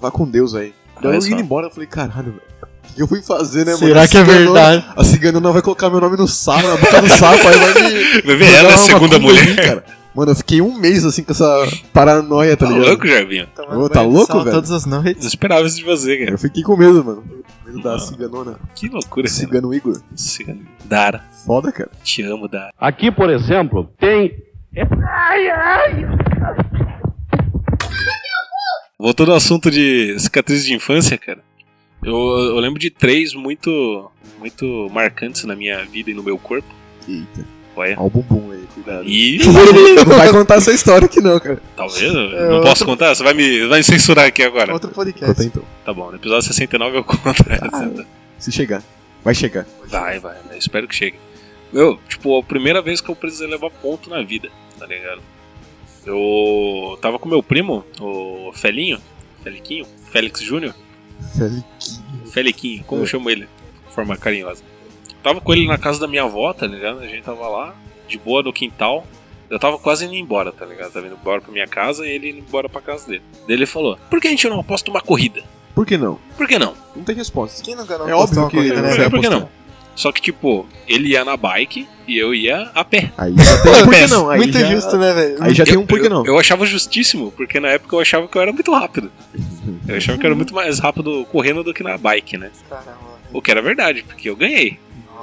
F: Vá com Deus aí. Daí
G: Olha
F: eu
G: só.
F: indo embora, eu falei, caralho, velho. O que eu fui fazer, né, mano?
C: Será
F: A
C: que é
F: cigana-
C: verdade?
F: A cigana não vai colocar meu nome no sapo, na boca do sapo, aí vai me.
G: Vai ver ela é a
F: mandar uma macumba
G: segunda
F: em
G: mulher.
F: mim, cara. Mano, eu fiquei um mês assim com essa paranoia, tá
G: Tá
F: ligado?
G: louco, Jarvinho?
C: Tomando
F: Ô, tá
C: banho de
F: louco,
C: sal
F: velho?
C: Todas as noites.
G: Desesperava isso de você, cara.
F: Eu fiquei com medo, mano. Medo da
G: Mano.
F: ciganona.
G: Que loucura, cara.
F: Cigano Igor.
G: Cigano. Dara.
F: Foda, cara.
G: Te amo, Dara.
A: Aqui, por exemplo, tem
G: Voltando ao assunto de cicatriz de infância, cara. Eu, eu lembro de três muito, muito marcantes na minha vida e no meu corpo.
F: Eita.
G: Olha.
F: Ó o bumbum aí, cuidado.
G: E
F: Não vai contar essa história aqui não, cara.
G: talvez eu não posso contar, você vai me, vai me censurar aqui agora.
C: É Outro
F: Conta
C: podcast.
F: então.
G: Tá bom, no episódio 69 eu conto. essa.
F: Se chegar. Vai chegar.
G: Vai, vai, né? espero que chegue. Meu, tipo, a primeira vez que eu precisei levar ponto na vida, tá ligado? Eu tava com meu primo, o Felinho, Feliquinho, Félix Júnior, Feliquinho, como eu
F: É.
G: chamo ele, de forma carinhosa. Tava com ele na casa da minha avó, tá ligado? A gente tava lá, de boa, no quintal. Eu tava quase indo embora, tá ligado? Tava indo embora pra minha casa e ele indo embora pra casa dele. Daí ele falou, por que a gente não aposta uma corrida?
F: Por que não?
G: Por que não?
F: Não tem resposta.
C: Quem nunca não
F: É óbvio
C: apostou uma
F: que-
C: corrida, né?
F: É,
G: por que
F: apostar.
G: não? Só que, tipo, ele ia na bike e eu ia a pé.
F: Aí já tem um por que
G: Peço.
F: não. Aí
C: Muito
F: já...
C: justo, né, velho?
F: Aí já tem
G: Eu-
F: um por que
G: eu-
F: não.
G: Eu, achava justíssimo, porque na época eu achava que eu era muito rápido. Eu achava que eu era muito mais rápido correndo do que na bike, né?
C: Caramba.
G: O que era verdade, porque eu ganhei.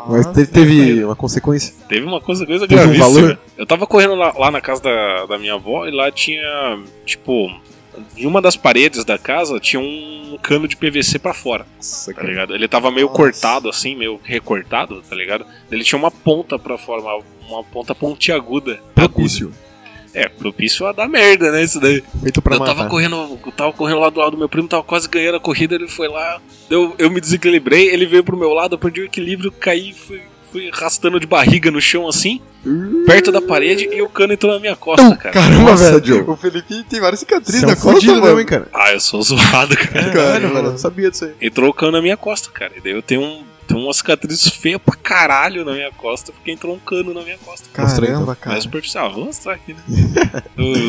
F: Mas
C: Nossa.
F: te-
G: Ah,
F: teve uma consequência.
G: Teve uma coisa, coisa
F: Teve um
G: gravíssima.
F: valor?
G: Eu tava correndo lá, lá na casa da, da minha avó e lá tinha, tipo, em uma das paredes da casa tinha um cano de PVC pra fora, tá ligado? Ele tava meio
C: Nossa.
G: cortado assim, meio recortado, tá ligado? Ele tinha uma ponta pra fora, uma, uma ponta pontiaguda.
F: Propício.
G: É, propício a dar merda, né? Isso daí.
F: Feito pra
G: eu
F: matar.
G: tava correndo, eu tava correndo lá do lado do meu primo, tava quase ganhando a corrida, ele foi lá, eu, eu me desequilibrei, ele veio pro meu lado, eu perdi o equilíbrio, caí, fui, fui arrastando de barriga no chão assim, perto da parede, e o cano entrou na minha costa, cara.
C: Caramba,
F: Nossa,
C: velho.
F: Joe.
C: O Felipe tem várias cicatrizes
F: Você é
C: na né,
F: um
C: costa,
F: fudido mesmo,
C: mano.
F: hein, cara.
G: Ah, eu sou zoado, cara.
F: Caralho,
C: mano.
F: velho. eu Não sabia disso aí.
G: Entrou o cano na minha costa, cara. E daí eu tenho, um, tenho uma cicatriz feia pra caralho na minha costa, porque entrou um cano na minha costa.
F: Mostra aí,
C: Caramba,
G: Mas
C: cara.
G: Mas superficial, ah, vou mostrar aqui, né?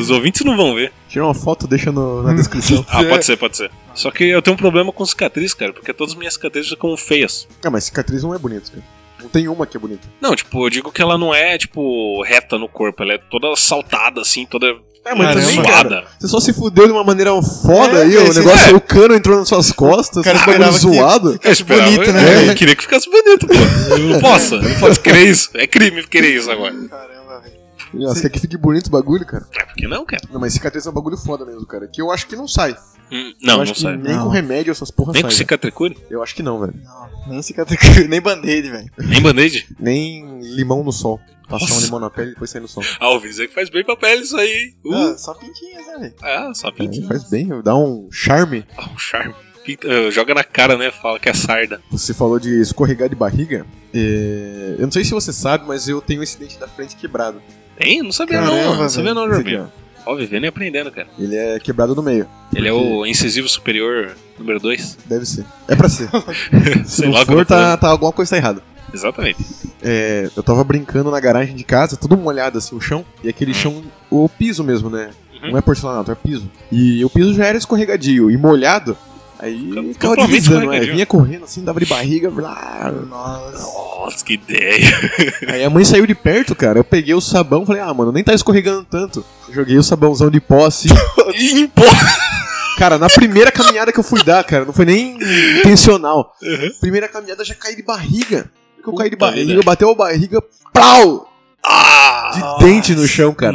G: Os ouvintes não vão ver.
F: Tira uma foto, deixa no- na descrição.
G: Ah, pode ser, pode ser. Só que eu tenho um problema com cicatriz, cara, porque todas as minhas cicatrizes ficam feias.
F: Ah, mas cicatriz não é bonito, cara. Não tem uma que é bonita.
G: Não, tipo, eu digo que ela não é, tipo, reta no corpo, ela é toda saltada, assim, toda
F: É,
C: mas
G: zoada.
C: também,
F: Você só se fudeu de uma maneira foda
C: É,
F: aí,
C: velho,
F: o
C: você-
F: negócio, o cano entrou nas suas costas,
C: cara
F: cara, bagulho
C: esperava que-
F: zoado. É.
G: Eu esperava,
C: bonito,
G: né?
C: né?
G: Eu queria que ficasse bonito, pô. Eu não posso, eu não posso querer isso. É crime querer isso agora.
C: Caramba, velho.
F: Ah, Você quer que fique bonito o bagulho, cara?
G: É, por que não, cara?
F: Não, mas cicatriz é um bagulho foda mesmo, cara. Que eu acho que não sai.
G: Hum,
F: eu
G: não,
F: acho
G: não
F: que
G: sabe.
F: Nem
C: Não.
F: com remédio essas porras
G: Nem com
F: sai. velho.
G: cicatricure,
F: Eu acho que não, velho.
C: Não, nem cicatriz, nem band-aid, velho.
G: nem band-aid.
F: Nem limão no sol. Passar um
G: Nossa.
F: limão na pele e depois sair no sol.
G: Alves, é que faz bem pra pele isso aí. hein? Uh,
F: Hum?
C: Ah, só pintinhas, né, velho?
G: ah, só
F: É,
G: pintinho.
F: faz bem, dá um charme.
G: Ah, um charme. Pinta- ah, joga na cara, né? Fala que é sarda.
F: Você falou de escorregar de barriga. É, Eu não sei se você sabe, mas eu tenho esse dente da frente quebrado.
G: Hein? Não sabia não,
C: Caramba,
G: mano. Não sabia não,
F: Esse aqui,
G: Jorminho.
F: ó.
G: Ó, vivendo e aprendendo, cara.
F: Ele é quebrado no meio.
G: Ele é
F: Porque-
G: o incisivo superior número 2.
F: Deve ser. É pra ser. Se
G: Sei
F: não
G: lá o que é. eu
F: for,
G: tô
F: tá, tá- alguma coisa tá errada.
G: Exatamente.
F: É, eu tava brincando na garagem de casa, todo molhado assim, o chão. E aquele chão, o piso mesmo, né?
G: Uhum.
F: Não é porcelanato, é piso. E o piso já era escorregadio e molhado. Aí
G: Fica
F: ficava
G: totalmente
F: deslizando, né?
G: escorregadio.
F: Vinha correndo assim, dava de barriga, blá,
C: Nossa.
G: Nossa, que ideia.
F: Aí a mãe saiu de perto, cara. Eu peguei o sabão falei, ah, mano, nem tá escorregando tanto. Joguei o sabãozão de pó assim.
G: Impo...
F: Cara, na primeira caminhada que eu fui dar, cara, não foi nem intencional. Primeira caminhada eu já caí de barriga. Eu caí de
G: Uhum. Puta
F: barriga,
G: vida.
F: bateu a barriga, pau!
G: Ah!
F: De dente no chão, cara.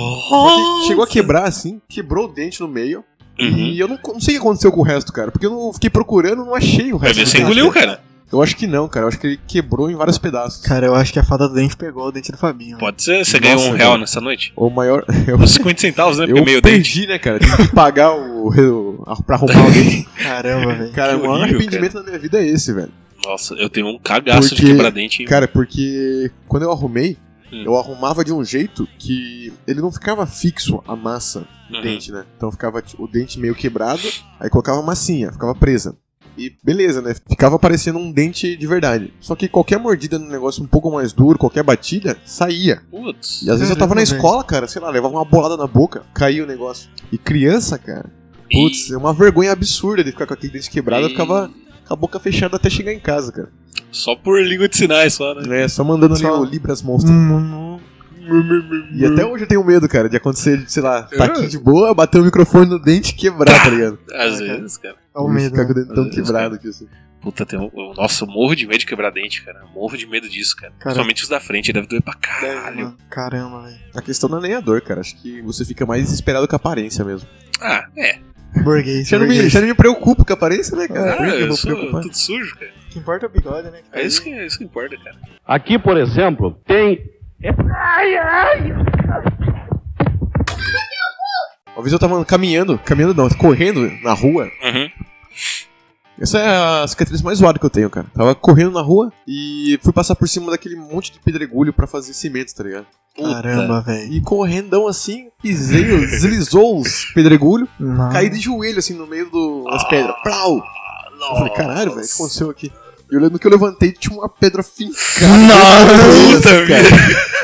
F: Só que
G: Nossa.
F: Chegou a quebrar assim, quebrou o dente no meio.
G: Uhum.
F: E eu não, não sei o que aconteceu com o resto, cara. Porque eu não fiquei procurando, não achei o
G: Vai
F: resto.
G: ver
F: do
G: se
F: dente, né?
G: engoliu, cara.
F: Eu acho que não, cara. Eu acho que ele quebrou em vários pedaços.
C: Cara, eu acho que a fada do dente pegou o dente do Fabinho.
G: Pode ser, você ganhou
F: Nossa,
G: um real
F: cara.
G: nessa noite?
F: O maior. Eu,
G: Uns 50 centavos, né? Porque
F: eu
G: meio dente.
F: perdi, né, cara? Tive que pagar o. o a- pra arrumar o dente.
C: Caramba, velho.
F: Cara,
G: Que
F: o maior
G: horrível,
F: arrependimento da minha vida é esse, velho.
G: Nossa, eu tenho um cagaço
F: Porque-
G: de quebrar-dente. hein?
F: Cara, porque quando eu arrumei,
G: Hum.
F: eu arrumava de um jeito que ele não ficava fixo a massa do
G: Uhum.
F: dente, né? Então ficava t- o dente meio quebrado, aí colocava a massinha, ficava presa. E beleza, né? Ficava parecendo um dente de verdade. Só que qualquer mordida no negócio um pouco mais duro, qualquer batida, saía.
G: Putz.
F: E às vezes eu tava na
C: Caramba,
F: escola, cara, sei lá, levava uma bolada na boca, caía o negócio. E criança, cara, putz,
G: E-
F: é uma vergonha absurda de ficar com aquele dente quebrado, eu ficava com a boca fechada até chegar em casa, cara.
G: Só por língua de sinais, só, né?
F: É, só Uhum. mandando ali
C: Só-
F: o Libras Monstro.
C: Hum, hum, hum.
F: E até hoje eu tenho medo, cara, de acontecer, sei lá, tá aqui de boa, bater o microfone no dente e quebrar, tá ligado?
G: Às
C: Ah, cara.
G: vezes, cara.
C: Olha o
F: E
C: medo.
F: Ficar com o
C: né?
F: dente tão
G: Às vezes,
F: quebrado aqui, assim.
G: Puta, tem um... eu- Nossa, eu morro de medo de quebrar dente, cara. Eu morro de medo disso, cara.
C: Cara.
G: Principalmente os da frente, deve doer pra
F: é,
G: caralho.
C: Mano, né? Caramba, velho.
F: A questão não é nem a dor, cara. Acho que você fica mais desesperado com a aparência mesmo.
G: Ah, é.
C: Burguês.
F: Já não me,
C: burguês.
F: já não me preocupo com a aparência, né, cara?
G: Ah,
F: Por que eu
G: eu
F: vou
G: sou
F: preocupar?
G: tudo sujo, cara.
C: O que importa é o bigode, né?
G: É isso que, é isso que importa, cara.
A: Aqui, por exemplo, tem
F: Uma vez eu tava caminhando, caminhando não, correndo na rua.
G: Uhum.
F: Essa é a cicatriz mais zoada que eu tenho, cara. Tava correndo na rua e fui passar por cima daquele monte de pedregulho pra fazer cimento, tá ligado?
C: Caramba, velho.
F: E correndão assim, pisei, deslizou os pedregulhos.
G: Ah.
C: Não.
F: Caí de joelho, assim, no meio do- das pedras. Plau! Eu falei, caralho, velho, o que
G: Uhum.
F: aconteceu aqui? E eu lembro que eu levantei tinha uma pedra fincada. Nossa, cara.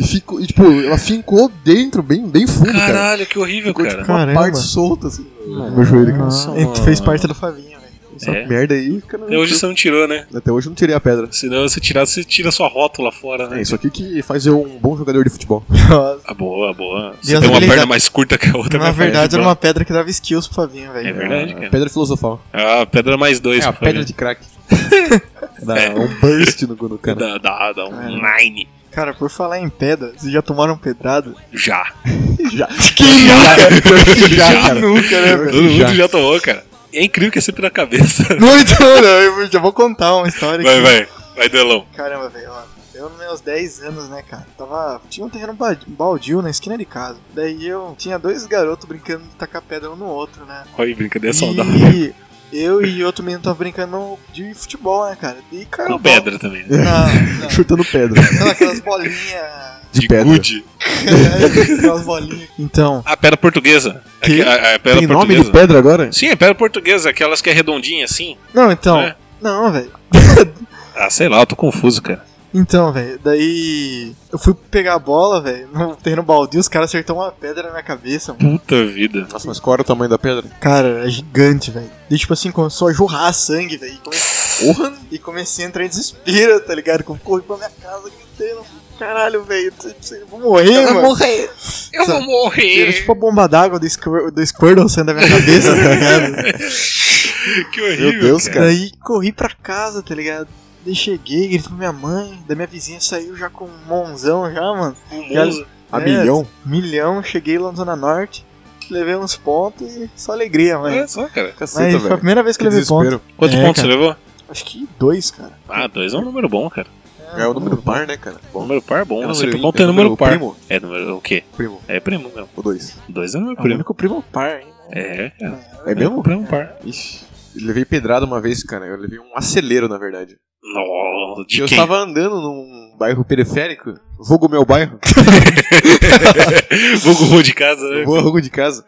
F: E ficou, e, tipo, ela fincou dentro, bem, bem fundo, cara.
G: Caralho, que horrível,
F: Ficou,
G: cara.
F: tipo, uma
C: Caramba.
F: parte solta, assim, no meu joelho, cara.
G: Nossa,
C: Não, ele
G: mano.
C: fez parte do Fabinho, velho.
F: Essa
G: É.
F: merda aí, cara.
G: Até hoje você não tirou, né?
F: Até hoje eu não tirei a pedra.
G: Senão você tirar, você tira sua rótula fora, né?
F: É isso aqui que faz eu um bom jogador de futebol.
C: Nossa.
G: Ah, boa, boa. Você tem
C: Deus
G: uma
C: habilidade.
G: perna mais curta que a outra.
C: Na
G: mas faz
C: verdade,
G: de
C: era
G: boa.
C: uma pedra que dava skills pro Fabinho, velho.
G: É verdade, cara.
F: Pedra filosofal.
G: Ah, pedra mais dois.
F: É, a
G: pra família.
F: pedra de crack. Dá um burst no, no cara.
G: Dá, dá,
F: É.
G: dá um nine.
C: Cara, por falar em pedra, vocês já tomaram um pedrada?
G: Já.
F: Já.
G: Que
F: Já,
G: Já.
F: cara.
C: Nunca, né, velho?
G: Todo mundo já tomou, cara. É incrível que é sempre na cabeça.
C: Muito, não, eu já vou contar uma história
G: Vai,
C: aqui.
G: vai. Vai, Delão.
C: Caramba, velho, ó. Eu, nos meus 10 anos, né, cara? Tava. Tinha um terreno ba- baldio na esquina de casa. Daí eu tinha dois garotos brincando de tacar pedra um no outro, né?
G: Olha, brincadeira É saudável.
C: E eu e outro menino tava brincando de futebol, né, cara? E caiu. a
G: Com
C: bola-
G: pedra também. né?
C: Não, não.
F: Chutando pedra.
C: Sabe aquelas bolinhas.
F: De pedra.
G: gude.
C: aquelas bolinhas. Então.
G: A pedra portuguesa.
F: Que?
G: Aque- A, a pedra
F: Tem nome
G: portuguesa.
F: de pedra agora?
G: Sim, é pedra portuguesa, aquelas que é redondinha assim.
C: Não, então.
G: É.
C: Não, velho.
G: Ah, sei lá, eu tô confuso, cara.
C: Então, velho. Daí. Eu fui pegar a bola, velho. No terreno baldio, os caras acertaram uma pedra na minha cabeça, mano.
G: Puta vida.
F: Nossa, mas qual era o tamanho da pedra?
C: Cara, é gigante, velho. E tipo assim, começou a jorrar sangue, velho. E comecei, e comecei a entrar em desespero, tá ligado? Eu corri pra minha casa gritando. Caralho, velho, eu tô- eu vou morrer, mano.
F: morrer!
G: Eu
C: vou Era
G: morrer.
C: tipo a bomba d'água do, Squir do Squirtle saindo da minha cabeça, tá ligado?
G: Que horrível.
F: Meu Deus, cara.
C: Daí corri pra casa, tá ligado? Daí cheguei, gritei pra minha mãe, da minha vizinha saiu já com um monzão já, mano.
G: O
C: Já-
G: Monza.
F: A
C: É,
F: milhão?
C: Milhão, cheguei lá na Zona Norte, levei uns pontos e só alegria, mano.
G: É só, cara.
F: Caceta,
C: Mas foi a
F: velho.
C: primeira vez que
F: Que
C: eu levei ponto.
F: desespero.
G: Quantos
C: É,
G: pontos
C: cara.
G: você levou?
C: Acho que dois, cara.
G: Ah, dois é um número bom, cara.
F: É o número par, né, cara? Bom,
G: Número par é bom.
F: É
G: É
F: número
G: sempre
F: ímpar,
G: bom ter
F: é
G: número
F: número
G: par.
F: primo.
G: É número o quê?
F: primo.
G: É primo mesmo.
F: Ou dois.
G: Dois é número
C: É o
G: primo.
C: único primo par, hein?
G: É, cara.
F: É mesmo?
G: Primo par.
F: Ixi. Eu levei pedrada uma vez, cara. Eu levei um acelero, na verdade.
G: Nossa,
F: E
G: de
F: eu
G: quem?
F: estava andando num bairro periférico. Vulgo meu bairro.
G: Vulgo rua de casa, né?
F: Vou logo de casa.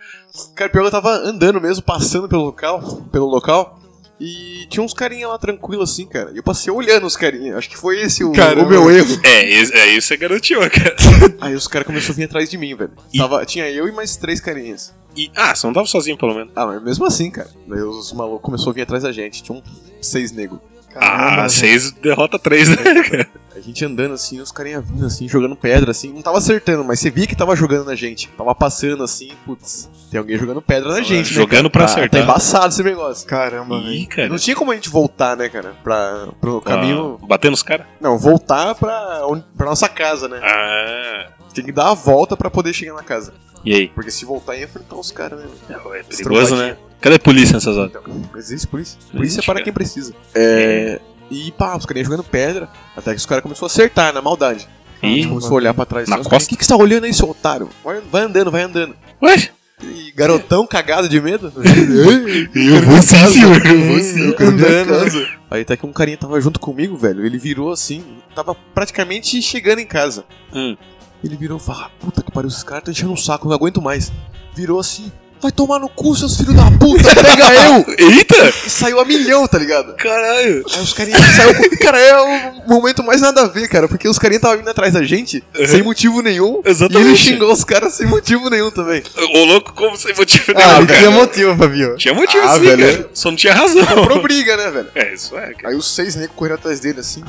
F: Cara, pior que eu tava andando mesmo, passando pelo local, pelo local. E tinha uns carinha lá tranquilo assim, cara. E eu passei olhando os carinha. Acho que foi esse o,
C: Caramba.
F: o meu erro.
G: É, esse- é isso você garantiu, cara.
F: Aí os caras começaram a vir atrás de mim, velho.
G: E-
F: Tava, tinha eu e mais três carinhas.
G: E- ah, você não tava sozinho, pelo menos.
F: Ah, mas mesmo assim, cara. Daí os malucos começaram a vir atrás da gente. Tinha um seis nego.
G: ah, seis derrota três, né, cara?
F: A gente andando assim, os carinhas vindo assim, jogando pedra assim. Não tava acertando, mas você via que tava jogando na gente. Tava passando assim, putz. Tem alguém jogando pedra na gente, né,
G: Jogando pra
F: cara? Tá,
G: acertar.
F: tá embaçado esse negócio.
C: Caramba, velho.
G: Ih, cara.
F: Não tinha como a gente voltar, né, cara? Pra, pro caminho.
G: Ah, Batendo os caras?
F: Não, voltar pra, on- pra nossa casa, né?
G: Ah.
F: Tem que dar a volta pra poder chegar na casa.
G: E aí?
F: Porque se voltar, ia enfrentar os caras, né? velho?
G: É perigoso, né? Cadê a polícia nessas horas?
F: Então, existe polícia.
G: Não
F: Polícia
G: existe,
F: para
G: cara.
F: quem precisa. É. E pá, os caras jogando pedra. Até que os caras começaram a acertar na maldade.
G: Ih,
F: Começou a olhar pra trás.
G: Na
F: assim, os
G: costa?
F: caras, "Que que você tá olhando aí, seu otário? Olha, Vai andando, vai andando.
G: ué?
F: E garotão cagado de medo.
G: Eu vou sim, senhor. Eu vou sim.
F: andando. né? Aí até que um carinha tava junto comigo, velho. Ele virou assim, tava praticamente chegando em casa.
G: Hum.
F: Ele virou e falou: "Ah, puta que pariu, esses caras tão enchendo um saco, não aguento mais. Virou assim, vai tomar no cu, seus filhos da puta, pega eu!
G: Eita!
F: E saiu a milhão, tá ligado?
G: Caralho!
F: Aí os carinhas saiu com. Cara, é o momento mais nada a ver, cara, porque os carinhas estavam vindo atrás da gente sem motivo nenhum. E ele
G: Exatamente.
F: xingou os caras sem motivo nenhum também.
G: Ô, louco, como sem motivo
C: Ah,
G: nenhum,
C: ele tinha
G: cara?
C: motivo, Fabio.
G: Tinha motivo
F: Ah,
G: sim,
F: velho.
G: cara. Só não tinha razão.
F: Comprou briga, né, velho?
G: É, isso é, cara.
F: Aí os seis negros correram atrás dele assim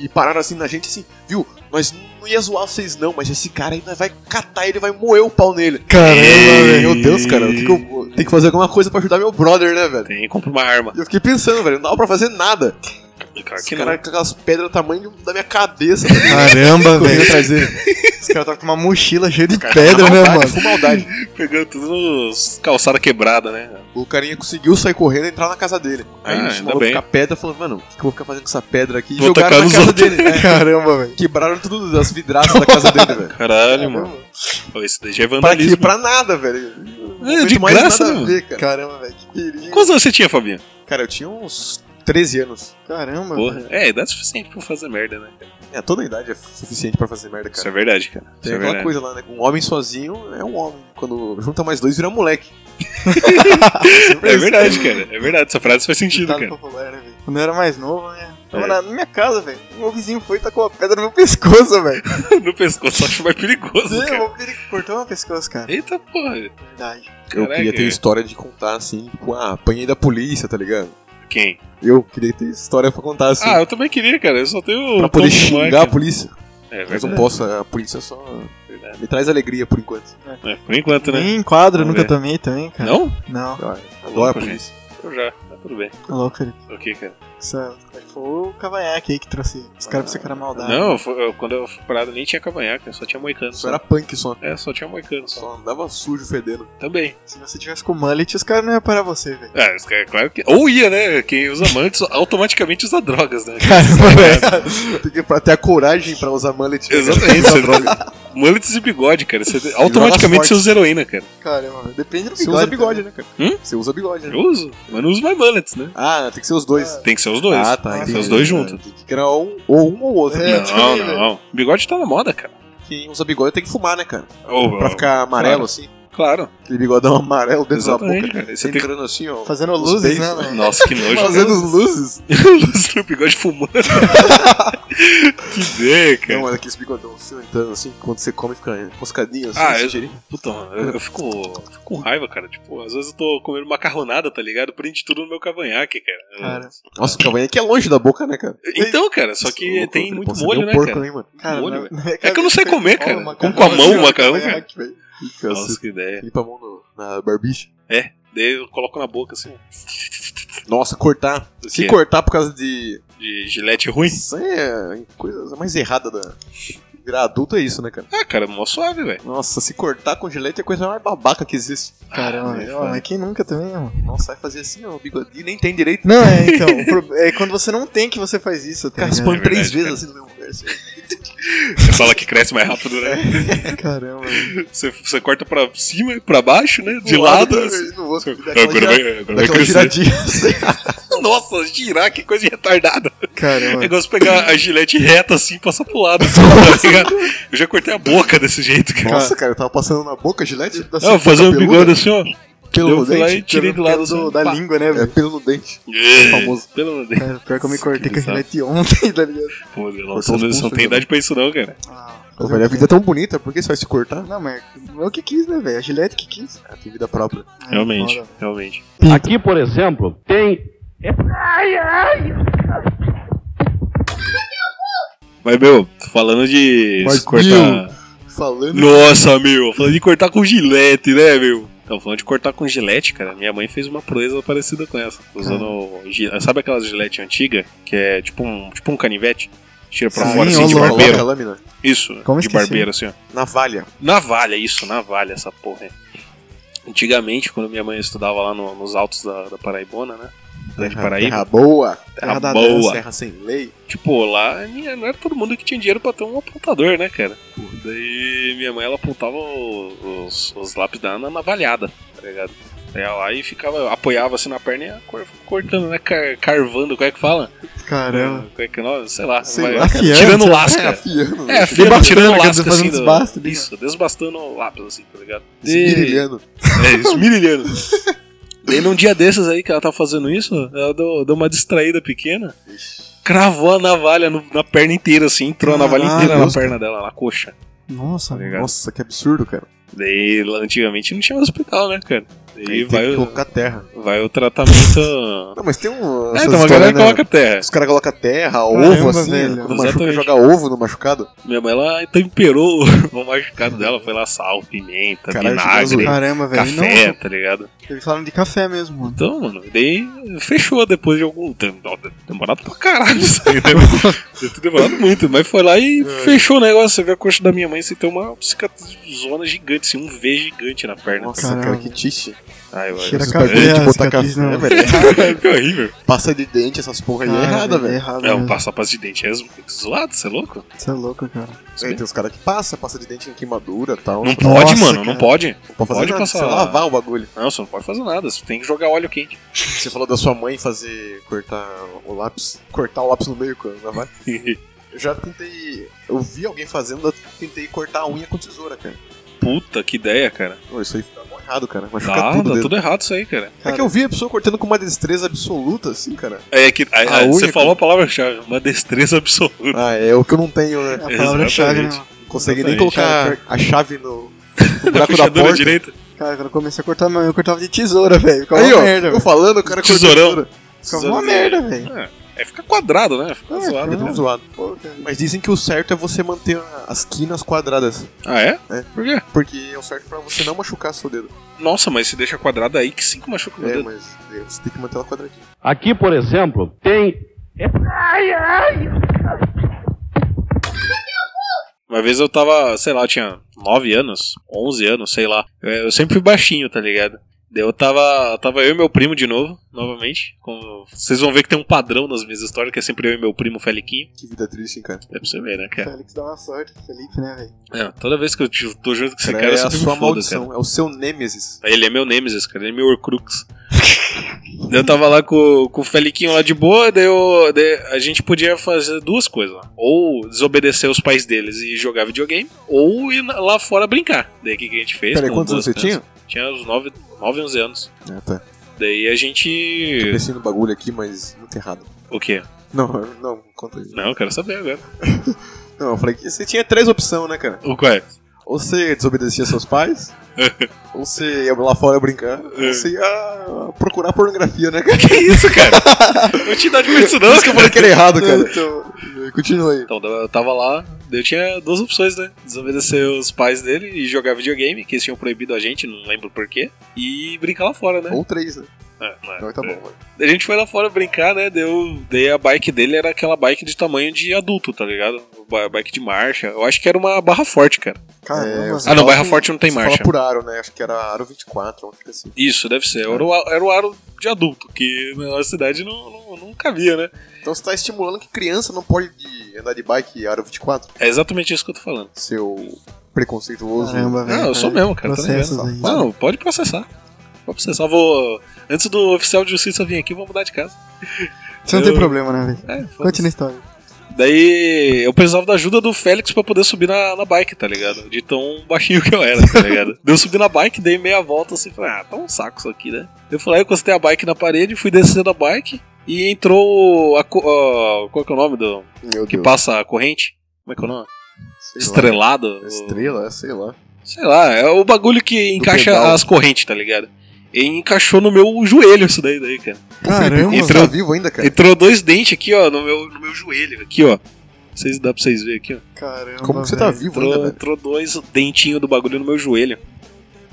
F: e pararam assim na gente assim, viu? Nós não ia zoar vocês não, mas esse cara aí nós vai catar ele, vai moer o pau nele.
C: Caramba,
G: Ei.
C: velho.
F: Meu Deus, cara, o que que eu tem que fazer alguma coisa pra ajudar meu brother, né, velho?
G: Tem, compra uma arma.
F: E Eu fiquei pensando, velho, não dava pra fazer nada.
G: Claro
F: Esse
G: que
F: cara
G: não.
F: com aquelas pedras do tamanho da minha cabeça, tá ligado?
C: Caramba,
F: correndo
C: velho.
F: atrás dele.
C: Os caras estavam com uma mochila cheia de pedra, né,
F: Maldade,
C: mano?
F: foi maldade.
G: Pegando tudo nos calçada quebrada, né?
F: O carinha conseguiu sair correndo e entrar na casa dele. Aí
G: Ah,
F: o
G: ainda
F: maluco
G: bem.
F: com a pedra falou, mano, o que que eu vou ficar fazendo com essa pedra aqui? E
G: Vou
F: jogaram
G: tacar
F: na
G: nos
F: casa
G: outros.
F: dele, né?
C: Caramba, velho.
F: Quebraram tudo as vidraças da casa dele, velho.
G: Caralho, mano. Pô, Isso É, daí já é
F: Pra quê?
G: vandalismo.
F: Pra nada, velho.
G: É,
F: Muito
G: de
F: mais
G: graça,
F: nada
G: né,
F: a
G: mano?
F: ver, cara.
C: Caramba, velho. Que perigo.
G: Quantos anos você tinha, Fabinho?
F: Cara, eu tinha uns 13 anos.
C: Caramba, velho.
G: Porra. É, idade suficiente pra fazer merda, né? cara?
F: É, toda a idade é suficiente pra fazer merda,
G: Isso
F: cara.
G: é verdade, cara. Isso
F: Tem
G: é
F: aquela
G: verdade.
F: coisa lá, né? Um homem sozinho é um homem. Quando junta mais dois, vira moleque.
G: É verdade, cara. Tá É verdade. Essa frase faz sentido,
C: Ditado
G: cara.
C: popular, né, velho? Quando eu era mais novo, né? Tava
G: É.
C: na na minha casa, velho. Meu vizinho foi e tacou a pedra no meu pescoço, velho.
G: No pescoço, eu acho mais perigoso,
C: Sim,
G: cara.
C: meu perigo. Cortou meu pescoço, cara.
G: Eita porra.
C: Verdade.
F: Eu queria ter
G: Caraca.
F: história de contar, assim, tipo, ah, apanhei da polícia, tá ligado?
G: Quem?
F: Eu queria ter história pra contar, assim.
G: Ah, eu também queria, cara. Eu só tenho.
F: pra
G: o
F: poder
G: tom de
F: xingar a
G: marca.
F: polícia.
G: É
F: Mas não
G: verdade.
F: posso, a polícia só... Me traz alegria, por enquanto.
G: É, por enquanto, né?
C: Nem enquadro,
G: Vamos
C: nunca
G: ver.
C: tomei também, cara.
G: Não?
C: Não,
F: Eu Adoro a
G: Tá louco,
F: polícia.
G: Eu já. Tá tudo bem.
C: tá louco, Felipe.
G: Ok, cara.
C: Essa- Foi o cavanhaque aí que trouxe os caras pra você cara maldade.
G: Não, eu fui- eu- quando eu fui parado nem tinha cavanhaque, eu só tinha moicano.
F: Só
G: Só.
F: era punk, só.
G: É, só tinha moicano só.
F: Só andava sujo, fedendo.
G: Também.
C: Se você tivesse com mullet, os caras não iam parar você, velho.
G: É, isso que é claro que. Ou ia, né? Quem usa mantos automaticamente usa drogas, né?
C: Caramba, velho.
F: Porque né? pra ter a coragem pra usar mullet. né, cara?
G: é. Exatamente. Você... Mullets e bigode, cara. Você...
F: forte.
G: Automaticamente você usa heroína, cara.
C: Caramba, velho. Depende do
F: Você
C: bigode.
F: usa bigode, né, cara?
G: Hum?
F: Você usa bigode, né?
G: Eu uso, mas não uso mais mullets, né?
F: Ah, tem que ser os dois.
G: Tem que ser os dois.
F: Ah, tá.
G: Tem que ser
F: entendi.
G: os dois juntos.
F: Tem que criar um, ou um ou outro.
C: É,
G: não,
C: também, velho.
F: né?
G: não. Bigode tá na moda, cara.
F: Quem usa bigode tem que fumar, né, cara?
G: Ou-
F: Pra ficar amarelo,
G: claro.
F: assim.
G: Claro.
F: Aquele bigodão amarelo dentro
G: Exatamente,
F: da boca.
G: cara. Você tem-
F: entrando assim, ó.
C: Fazendo
F: os
C: luzes,
F: beijos.
C: né, mano?
G: Nossa, que nojo.
F: Fazendo os luzes.
G: Luz no bigode fumando. que ideia, cara.
F: Não, mas aqueles bigodão assim, entrando assim. Quando você come, fica moscadinho, assim.
G: Ah,
F: esse
G: eu-
F: cheirinho.
G: Puta, mano, eu, eu fico, eu fico com raiva, cara. Tipo, às vezes eu tô comendo macarronada, tá ligado? Prende tudo no meu cavanhaque, cara.
C: Cara.
F: Nossa, o cavanhaque é longe da boca, né, cara?
G: Então, cara, só que
F: Louco,
G: tem
F: velho.
G: muito
F: Pô, você
G: molho,
F: deu
G: né,
F: porco,
G: cara?
F: Hein, mano?
C: Cara,
G: Molho,
C: na-
G: velho.
C: na minha
G: É que eu não sei
C: cabeça,
G: comer,
C: ó,
G: cara.
C: macarrão
G: Como com a mão
C: assim,
G: o
C: ó,
G: macarrão,
F: "Ah,
G: cara.
C: cavanhaque, velho.
F: Ih, cara,
G: Nossa,
F: você
G: que ideia.
F: Limpa a mão no- na barbicha.
G: Daí eu coloco na boca assim.
F: Nossa, cortar.
G: Do
F: Se
G: quê?
F: cortar por causa de
G: de gilete ruim.
F: Isso aí é a coisa mais errada da. Virar adulto é isso, né, cara?
G: Ah, cara, mó suave, velho.
F: Nossa, se cortar com gilete é a coisa mais babaca que existe.
G: Ah,
C: Caramba,
F: é,
C: ó, mas quem nunca também, mano?
F: Não sai fazer assim, ó, o bigodinho nem tem direito.
C: Não, é, então, o pro- é quando você não tem que você faz isso, tá ligado?
F: Raspando
G: É
F: três
G: verdade,
F: vezes
G: cara.
F: assim no mesmo lugar. assim.
G: é, Você fala que cresce mais rápido, né?
C: Caramba.
G: Você, você corta pra cima e pra baixo, né? De
F: Do
G: lado.
F: do-
G: assim.
F: do outro,
G: Ah,
F: daquela
G: Agora
F: gira-
G: vai, agora vai
F: daquela
G: crescer.
F: giradinha.
G: Nossa, girar, que coisa retardada. É
C: Caramba.
G: igual você pegar a gilete reta assim e passar pro lado. assim, tá ligado? Eu já cortei a boca desse jeito, cara.
F: Nossa, cara, eu tava passando na boca, gilete? da
G: Ah, eu vou fazer um
F: peluda,
G: bigode assim, ó.
F: Pelo
G: Eu
F: no
G: fui lá e
F: dente.
G: tirei do lado
C: do,
G: assim,
C: da
G: pá.
C: língua, né,
F: É,
C: velho?
F: pelo no dente.
G: É,
F: Famoso.
G: Pelo amor de Deus.
C: Cara, pior que eu me cortei com a
G: bizarro.
C: gilete ontem, tá ligado?
G: Pô, Leilão,
F: Cortou os
G: você não- você não
F: pulsos,
G: tem
F: né?
G: idade pra isso não, cara.
F: Ô, velho, a vida é tão bonita, por que você vai se cortar?
C: Não, mas eu que quis, né, velho? A gilete que quis.
F: Ah, tem vida própria.
C: Ah,
G: Realmente,
C: foda.
G: realmente.
A: Aqui, por exemplo, tem
G: Mas, meu, falando de
F: Mas,
G: se cortar...
F: Falando.
G: Nossa, meu, falando de cortar com gilete, né, meu? Então, falando de cortar com gilete, cara, minha mãe fez uma proeza parecida com essa. Usando... gi- Sabe aquelas gilete antiga Que é tipo um, tipo um canivete? Tira pra
C: Sim,
G: fora, assim,
C: ô
G: de
C: louco.
F: Coloca a
G: barbeiro.
F: lâmina.
G: Isso,
C: Como
G: de
C: esqueci?
G: barbeiro, assim, ó.
F: Navalha.
G: Navalha, isso, navalha, essa porra. é. Antigamente, quando minha mãe estudava lá no- nos altos da, da Paraibona, né? Grande Paraíba.
C: tá
F: Terra boa.
G: Terra
C: da
G: boa.
C: dança,
F: Terra sem lei.
G: Tipo, lá minha- não era todo mundo que tinha dinheiro pra ter um apontador, né, cara? Pô, daí minha mãe, ela apontava o- os, os lápis da Ana navalhada, tá ligado? Daí ela lá e ficava, apoiava assim na perna e ia cor- cortando, né? car- carvando, como é que fala?
C: Caramba.
G: Como é que não? Sei lá.
F: Sei
G: vai-
F: lá,
C: cara.
G: tirando
C: Afiando,
G: lasca.
F: É, afiando.
G: É,
F: né?
G: afiando,
C: Debastando,
G: tirando
C: quer
G: lasca
C: dizer, fazendo
G: assim, do-
C: desbaste, né?
G: Isso, desbastando o lápis, assim, tá ligado? E-
F: Esmirilhando.
G: É, esmirilhando. Daí num um dia desses aí que ela tá fazendo isso, ela deu, deu uma distraída pequena, cravou a navalha no- na perna inteira, assim, entrou a navalha
F: Caralho,
G: inteira na
F: Ah, Deus,
G: perna dela, na coxa.
C: Nossa,
G: Tá ligado?
F: Nossa, que absurdo, cara.
G: Daí lá antigamente não tinha hospital, né, cara? Daí
F: Tem
G: vai,
F: que
G: o,
F: colocar terra.
G: vai o tratamento.
F: Não, mas tem um.
G: É,
F: essas
G: então a
F: histórias,
G: galera
F: né?
G: coloca terra.
F: Os caras colocam terra, ovo
C: Caramba,
F: assim,
C: velho.
F: né? quando machuca,
G: Exatamente.
F: joga ovo no machucado.
G: Minha mãe ela temperou o machucado dela, foi lá sal, pimenta,
F: Caralho,
G: vinagre,
F: que
C: Caramba, velho.
G: café,
C: Não,
G: tá ligado?
C: eles falaram de café mesmo, mano.
G: Então, mano, daí fechou depois de algum tempo. Ó, Demorado pra caralho isso aí, né? mano? Deve ter demorado muito, mas foi lá e fechou o negócio. Você vê a coxa da minha mãe, você tem uma cicatrizona gigante, assim, um V gigante na perna.
F: Nossa,
C: Caramba.
F: cara, que tiche.
G: Ai, eu-
C: Cheira
G: eu-
C: a
F: Essa
C: café,
F: ideia de
C: a
F: botar
C: cicatriz,
F: café,
C: não.
F: velho.
G: que horrível.
F: Passa de dente essas porra aí é errada, velho.
C: Errado,
G: É, um
C: velho.
G: passar pasta de dente é muito zoado, você é louco?
C: Você é louco, cara.
F: É, tem os caras que passam, passa de dente em queimadura e tal.
G: Não
F: Não
G: pode, mano,
C: cara.
G: não pode.
F: pode fazer
G: pode
F: nada,
G: passar.
F: você lavar o bagulho.
G: Não, você não pode fazer nada, você tem que jogar óleo quente.
F: Você falou da sua mãe fazer cortar o lápis, cortar o lápis no meio quando ela vai. Eu já tentei, eu vi alguém fazendo, eu tentei cortar a unha com tesoura, cara.
G: Puta, que ideia, cara.
F: Pô, isso aí fica mó errado, cara. Machuca tudo,
G: Dá, dá
F: dentro.
G: Ah, tá tudo errado isso aí, cara.
F: É que eu vi a pessoa cortando com uma destreza absoluta, assim, cara.
G: É que a- a-
F: A
G: você
F: única-
G: falou a palavra-chave, uma destreza absoluta.
F: Ah, é o que eu não tenho,
C: É
F: né?
C: a palavra-chave, né, mano?
F: Não consegui nem
G: Exatamente.
F: colocar a chave no, no buraco
G: Da
F: da
G: fechadura
F: porta.
G: direita.
C: Cara, quando eu comecei a cortar, mano, eu cortava de tesoura, velho. Ficava
F: Aí,
C: uma
F: ó,
C: merda,
F: eu
C: velho.
F: falando, o cara cortou
G: Tesourão.
F: tesoura.
C: Ficava uma merda, velho.
G: É, fica quadrado, né? Fica
C: É,
G: zoado.
C: fica
F: Fica
G: né?
F: tudo zoado.
C: Pô, cara.
F: Mas dizem que o certo é você manter as quinas quadradas.
G: Ah, é?
F: É.
G: Por quê?
F: Porque é o certo pra você não machucar seu dedo.
G: Nossa, mas se deixa quadrado aí que cinco machuca o meu
F: É,
G: dedo.
F: mas é, você tem que manter ela quadradinha.
A: aqui, por exemplo, tem
G: Uma vez eu tava, sei lá, eu tinha 9 anos, 11 anos, sei lá. É, Eu sempre fui baixinho, tá ligado? Daí eu tava, tava eu e meu primo de novo, novamente. Como- Vocês vão ver que tem um padrão nas minhas histórias, que é sempre eu e meu primo Feliquinho.
F: Que vida triste, hein, cara.
G: É pra você ver, né, cara?
C: Félix dá uma sorte, Felipe, né, velho?
G: É, toda vez que eu te- tô junto com esse
F: Cara,
G: cara, eu
F: é a
G: sempre
F: sua
G: me fodo, cara.
F: maldição, é o seu nêmesis.
G: Ele é meu Nemesis, cara, ele é meu Orcrux. Daí eu tava lá com, com o Feliquinho lá de boa, daí, eu- daí a gente podia fazer duas coisas. lá. Ou desobedecer os pais deles e jogar videogame, ou ir na- lá fora brincar. Daí o que, que a gente fez?
F: Peraí,
G: com
F: quantos anos
G: duas
F: você
G: crianças?
F: tinha?
G: Tinha uns 9, 9 11 anos.
F: Ah, tá.
G: Daí a
F: Tô
G: gente...
F: pensando no bagulho aqui, mas muito errado.
G: O quê?
F: Não, não, conta aí.
G: Não, eu quero saber agora.
F: Não, eu falei que você tinha três opções, né, cara?
G: O quê?
F: Ou você desobedecia seus pais, ou você ia lá fora brincar, ou você ia procurar pornografia, né, cara?
G: Que isso, cara? Não te dá de isso não,
F: Por isso que eu falei que era errado, cara.
C: Então-
F: Continua aí.
G: Então, eu tava lá, daí eu tinha duas opções, né? Desobedecer os pais dele e jogar videogame, que eles tinham proibido a gente, não lembro porquê, e brincar lá fora, né?
F: Ou três, né?
G: É, não é.
F: Então tá bom, vai.
G: A gente foi lá fora brincar, né? Deu, daí a bike dele era aquela bike de tamanho de adulto, tá ligado? Ba- Bike de marcha. Eu acho que era uma barra forte, cara.
F: É,
C: Caramba,
F: você
G: Ah, não,
F: fala
G: Barra
F: com-
G: Forte não tem
F: você
G: marcha.
F: Fala por aro, né? Acho que era aro 24, uma fita assim.
G: Isso, deve ser. Era o, a- era o aro de adulto, que na nossa cidade não, não, não cabia, né?
F: Então você tá estimulando que criança não pode de- andar de bike aro 24?
G: É exatamente isso que eu tô falando.
F: Seu preconceituoso.
C: Caramba, velho.
G: Não, eu sou mesmo, cara. Tá
C: Processos
G: ligado?
C: aí.
G: Não, pode processar. Pode processar. Vou. Antes do oficial de justiça vir aqui, eu vou mudar de casa.
C: Você não tem
G: Eu-
C: problema, né, velho?
G: É, foda-se.
C: Conte na história.
G: Daí eu precisava da ajuda do Félix pra poder subir na, na bike, tá ligado? De tão baixinho que eu era, tá ligado? Daí eu subi na bike, dei meia volta assim, falei, ah, tá um saco isso aqui, né? Eu falei, aí eu encostei a bike na parede, fui descendo a bike e entrou a. co- ó, qual que é o nome do.
F: Meu
G: Que
F: Deus.
G: passa a corrente? Como é que é o nome?
F: Sei lá.
G: Estrelado? o-
F: Estrela, é, sei lá.
G: Sei lá, é o bagulho que encaixa
F: pedal.
G: as correntes, tá ligado? E encaixou no meu joelho isso daí, daí cara.
F: Felipe,
C: Caramba,
F: como você tá vivo ainda, cara?
G: Entrou dois dentes aqui, ó, no meu, no meu joelho, aqui, ó. Vocês dá pra vocês verem aqui, ó.
C: caramba.
F: Como que você tá
C: velho.
F: vivo ainda,
G: Entrou,
F: velho?
G: entrou dois dentinhos do bagulho no meu joelho.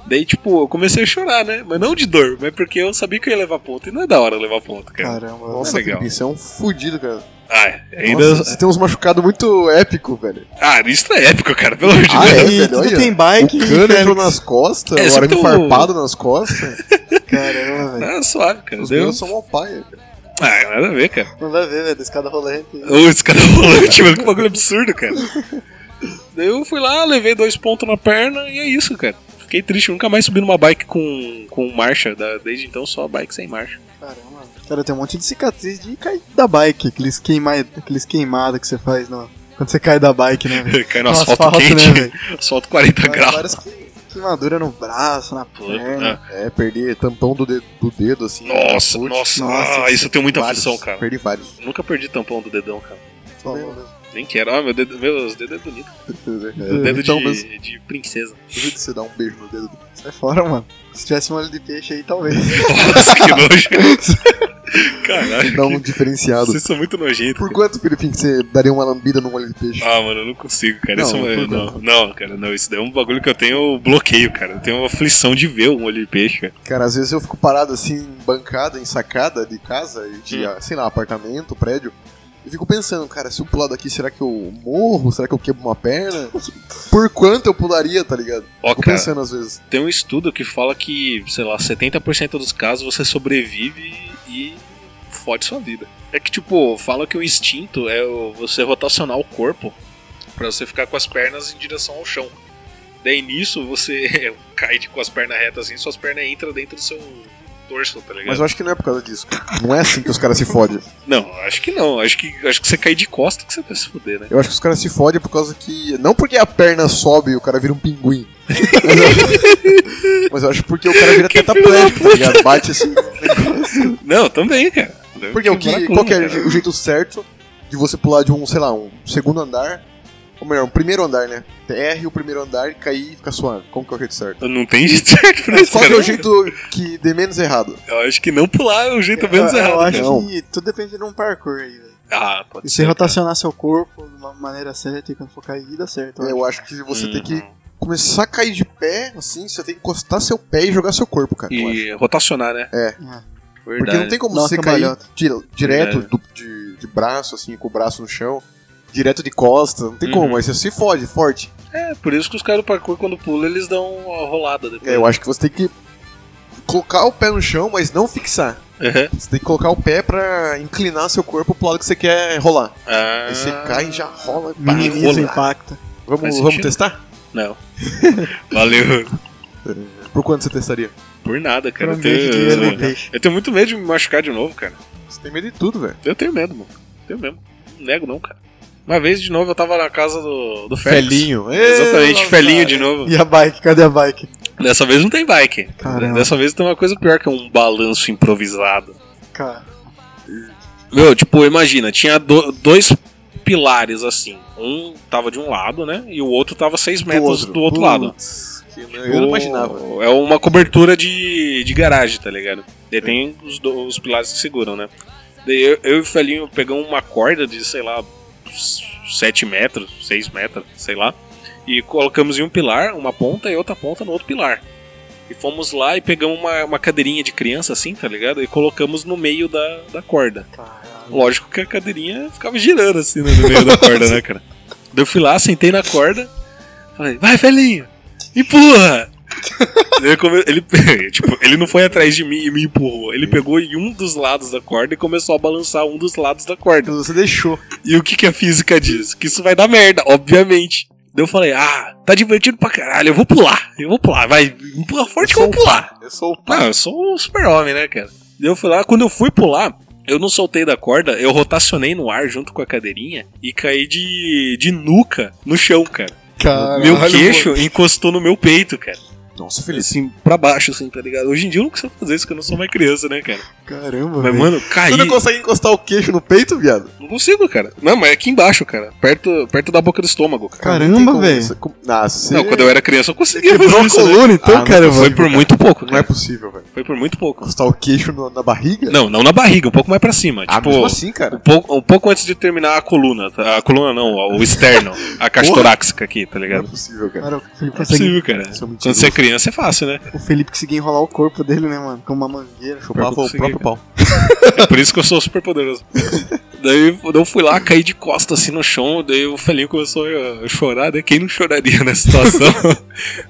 G: Daí, tipo, eu comecei a chorar, né? Mas não de dor, mas porque eu sabia que eu ia levar ponto. E não é da hora levar ponto, cara.
C: Caramba.
F: Nossa,
G: É legal.
F: Felipe, você é um fudido, cara.
G: Ah, ainda.
F: Nossa, você tem uns machucados muito épico, velho.
G: Ah, isso é épico, cara, pelo amor de
F: Ah,
G: Deus.
F: é,
C: e
F: velho,
C: tudo
F: olha.
C: tem
F: O
C: bike. e
F: cano entrou
C: Félix.
F: nas costas,
G: É,
F: o arame
G: sempre tem um-
F: farpado nas costas.
C: Caramba, velho.
G: Ah, suave, cara.
F: Os
G: Deu...
F: meus são uma paia. cara.
G: Ah, nada a ver, cara.
C: Não vai ver, velho, tá da escada rolante.
G: Ô, Esse cara é volante, mano, que bagulho absurdo, cara. Daí eu fui lá, levei dois pontos na perna e é isso, cara. Fiquei triste, nunca mais subi numa bike com, com marcha. da- Desde então, só bike sem marcha.
C: Caramba. Cara, tem um monte de cicatriz de cair da bike. Aqueles, queima... Aqueles queimadas que você faz no... quando você cai da bike, né, velho?
G: Cai no
C: No
G: asfalto,
C: asfalto,
G: quente,
C: né,
G: asfalto 40 graus.
C: Várias que- queimadura no braço, na perna.
G: Ah,
F: É, perder tampão do dedo, do dedo assim.
G: Nossa,
F: Putz,
G: nossa,
C: nossa,
G: ah, isso eu tenho muita
F: vários.
G: aflição, cara.
F: Perdi vários.
G: Nunca perdi tampão do dedão, cara.
C: Pô,
G: Nem quero. Ah, meu dedo, meus dedos é bonito.
F: É,
G: Meu dedo
F: então,
G: de,
F: mesmo,
G: de princesa.
F: duvido de você dar um beijo no dedo. do-
C: Sai fora, mano. Se tivesse um olho de peixe aí, talvez.
G: Nossa, que nojo. Caralho,
F: Dá um diferenciado.
G: vocês são muito nojentos.
F: Por quanto, Filipinho, que você daria uma lambida no olho de peixe?
G: Ah, mano, eu não consigo, cara. Isso é
F: Não,
G: uma-
F: não,
G: não, não, cara, não. Isso daí é um bagulho que eu tenho bloqueio, cara. Eu tenho uma aflição de ver um olho de peixe, cara.
F: Cara, às vezes eu fico parado assim, em bancada, em sacada de casa, e de,
G: Hum.
F: ah, sei lá, apartamento, prédio. E fico pensando, cara, se eu pular daqui, será que eu morro? Será que eu quebro uma perna? Por quanto eu pularia, tá ligado?
G: Ó,
F: Fico
G: cara,
F: pensando às vezes.
G: tem um estudo que fala que, sei lá, 70% dos casos você sobrevive e fode sua vida. É que, tipo, fala que o instinto é o- você rotacionar o corpo pra você ficar com as pernas em direção ao chão. Daí nisso você cai de- com as pernas retas assim, suas pernas entram dentro do seu torso, tá ligado?
F: Mas eu acho que não é por causa disso. Não é assim que os caras se fodem.
G: Não, acho que não. Acho que, acho que você cair de costa que você vai se fuder, né?
F: Eu acho que os caras se fodem por causa que. Não porque a perna sobe e o cara vira um pinguim. Mas eu- Mas eu acho porque o cara vira tetraplégico, tá ligado? Bate assim.
G: Não, também, cara.
F: Porque o que,
G: Maracujá,
F: qual que é
G: cara.
F: o jeito certo de você pular de um, sei lá, um segundo andar, ou melhor, um primeiro andar, né? TR, o primeiro andar, e cair e ficar suave. Como que é o jeito certo?
G: Não tem jeito certo pra isso,
F: Qual que é
G: cara.
F: o jeito que dê menos errado?
G: Eu acho que não pular é o jeito menos
C: eu,
G: errado.
C: eu acho
F: não.
C: que tudo depende de um parkour aí, velho.
G: Ah, pode
C: E
F: é
G: ser.
C: se
G: cara.
C: rotacionar seu corpo de uma maneira certa e quando for cair, dá certo. eu acho.
F: Eu acho que você tem que
G: Uhum.
F: começar a cair de pé, assim, você tem que encostar seu pé e jogar seu corpo, cara. eu acho.
G: E rotacionar, né?
F: É.
G: Verdade.
F: Porque não tem como
C: Dá uma
F: você cair
C: cambalhota.
F: di- direto
G: Verdade.
F: do- de, de braço, assim, com o braço no chão, direto de costas, não tem
G: Uhum.
F: como, aí você se fode, forte.
G: É, por isso que os caras do parkour, quando pulam, eles dão uma rolada depois.
F: É, eu acho que você tem que colocar o pé no chão, mas não fixar.
G: Uhum.
F: Você tem que colocar o pé pra inclinar seu corpo pro lado que você quer rolar.
G: Ah,
F: Aí você cai e já rola. pá,
C: Minimiza o
F: rola.
C: impacto.
G: Faz
F: Vamos,
G: sentido.
F: vamos testar?
G: Não. Valeu.
F: Por quanto você testaria?
G: Por nada, cara.
C: Pra
G: Eu
C: mim,
G: tenho,
C: de dinheiro
G: eu,
C: no peixe.
G: tenho muito medo de me machucar de novo, cara.
F: Você tem medo de tudo, velho.
G: Eu tenho medo, mano. Tenho mesmo. Não nego, não, cara. Uma vez de novo eu tava na casa do, do Félix. Exatamente,
F: Ê,
G: felinho
F: cara.
G: de novo.
C: E a bike? Cadê a bike?
G: Dessa vez não tem bike.
C: Caramba.
G: Dessa vez tem uma coisa pior que um balanço improvisado.
C: Cara,
G: Meu, tipo, imagina, tinha do- dois pilares assim. Um tava de um lado, né? E o outro tava seis metros do outro lado.
F: Putz, que não- Eu não imaginava.
G: É uma cobertura de, de garagem, tá ligado? Daí tem os, do- os pilares que seguram, né? Daí eu, eu e o Felinho pegamos uma corda de, sei lá, 7 metros, 6 metros, sei lá. E colocamos em um pilar, uma ponta e outra ponta no outro pilar. E fomos lá e pegamos uma, uma cadeirinha de criança, assim, tá ligado? E colocamos no meio da, da corda. Lógico que a cadeirinha ficava girando, assim, né, no meio da corda, né, cara? Daí Eu fui lá, sentei na corda, falei, vai, velhinho, empurra! Daí eu come- ele, tipo, ele não foi atrás de mim e me empurrou. Ele pegou em um dos lados da corda e começou a balançar um dos lados da corda.
C: Você deixou.
G: E o que, que a física diz? Que isso vai dar merda, obviamente. Daí eu falei, ah, tá divertido pra caralho, eu vou pular, eu vou pular, vai, empurra forte que eu vou pular.
C: Eu sou o
G: Ah, eu sou um super-homem, né, cara? Daí eu fui lá, quando eu fui pular, eu não soltei da corda, eu rotacionei no ar junto com a cadeirinha e caí de, de nuca no chão, cara.
C: cara.
G: meu queixo encostou no meu peito, cara.
F: Nossa, Felipe.
G: Assim, pra baixo, assim, tá ligado? Hoje em dia eu não consigo fazer isso, porque eu não sou mais criança, né, cara?
C: Caramba,
G: Mas,
C: velho.
G: mano, eu caí.
F: Tu não consegue encostar o queixo no peito, viado?
G: Não consigo, cara. Não, mas é aqui embaixo, cara. Perto, perto da boca do estômago, cara.
C: Caramba,
F: Não tem como
C: velho.
F: isso- como- Ah, você...
G: Não, quando eu era criança eu
F: Você
G: conseguia
F: quebrou
G: fazer
F: a
G: isso, né?
F: coluna,
G: Ah,
F: então,
G: não,
F: cara,
G: Foi
F: velho.
G: por muito pouco,
F: Não é
G: cara.
F: possível, velho.
G: Foi por muito pouco.
F: Encostar o queixo na, na barriga?
G: né? Não, não na barriga, um pouco mais pra cima.
F: Ah,
G: tipo,
F: mesmo assim, cara.
G: um, pouco, um pouco antes de terminar a coluna. tá? A coluna não, o externo. A caixa
F: Porra.
G: torácica aqui, tá
F: Não é
G: ligado?
F: possível, cara.
C: Cara, o Felipe,
G: É
C: consegue,
G: possível, cara.
F: Isso é muito
G: Quando você é criança é fácil, né?
C: o Felipe conseguia enrolar o corpo dele, né, mano? Com uma mangueira.
F: Chupava o
G: consegui,
F: próprio pau.
G: É por isso que eu sou super poderoso. Daí eu fui lá, caí de costas assim no chão, daí o Felinho começou a chorar, né? Quem não choraria nessa situação?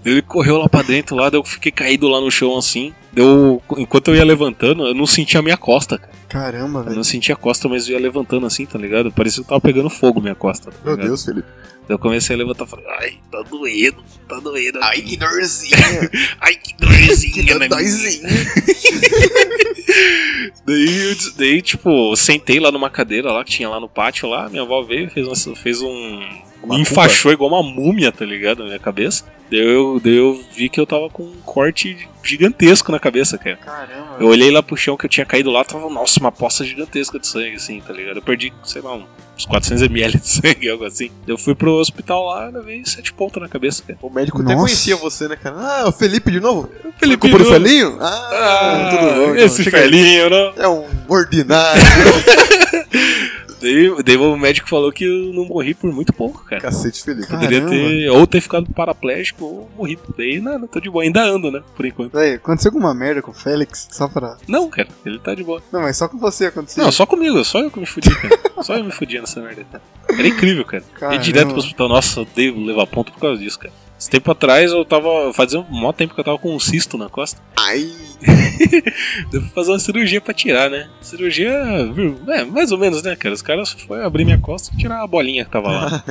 G: Daí ele correu lá pra dentro, lá, daí eu fiquei caído lá no chão assim. Daí Eu, enquanto eu ia levantando, eu não sentia a minha costa, cara.
C: Caramba,
G: Eu
C: velho.
G: não sentia a costa, mas eu ia levantando assim, tá ligado? Parecia que tava pegando fogo minha costa. Tá
F: Meu
G: ligado?
F: Deus, Felipe.
G: Daí eu comecei a levantar e falei, ai, tá doendo, tá doendo. Ai,
F: que dorzinha.
G: ai que dorzinha, né? Daí, eu des- daí, tipo, eu sentei lá numa cadeira lá que tinha lá no pátio lá, minha avó veio e fez, uma- fez um.
F: Uma
G: me enfaixou igual uma múmia, tá ligado? Na minha cabeça. Daí eu, daí eu vi que eu tava com um corte gigantesco na cabeça, cara.
C: Caramba,
G: Eu olhei lá pro chão que eu tinha caído lá, tava, nossa, uma poça gigantesca de sangue, assim, tá ligado? Eu perdi, sei lá, uns 400ml de sangue, algo assim. Eu fui pro hospital lá, levei sete pontas na cabeça, cara.
F: O médico até
C: Nossa.
F: conhecia você, né, cara? Ah, o Felipe de novo?
G: Felipe
F: Culpa do
G: Nunes.
F: Felinho? Ah,
G: Ah,
F: tudo bom. então.
G: esse né?
F: Chega aí.
G: velhinho, não?
F: É um ordinário.
G: Daí, daí o médico falou que eu não morri por muito pouco, cara.
F: Cacete, Felipe.
G: Poderia
C: caramba.
G: ter ou ter ficado paraplégico ou morrido. Daí nada, tô de boa. Ainda ando, né? Por enquanto.
C: Véi, aconteceu alguma merda com o Félix? Só pra.
G: Não, cara, ele tá de boa.
C: Não, mas só com você aconteceu.
G: Não, só comigo, só eu que me fudi, cara. só eu me fudi nessa merda. cara. Era incrível, cara.
C: Caramba.
G: Ir direto pro hospital. Nossa, eu devo levar ponto por causa disso, cara. Esse tempo atrás eu tava. Fazia um maior tempo que eu tava com um cisto na costa.
F: Ai,
G: Devo fazer uma cirurgia pra tirar, né? Cirurgia. viu? É, mais ou menos, né, cara? Os caras foram abrir minha costa e tirar a bolinha que tava lá.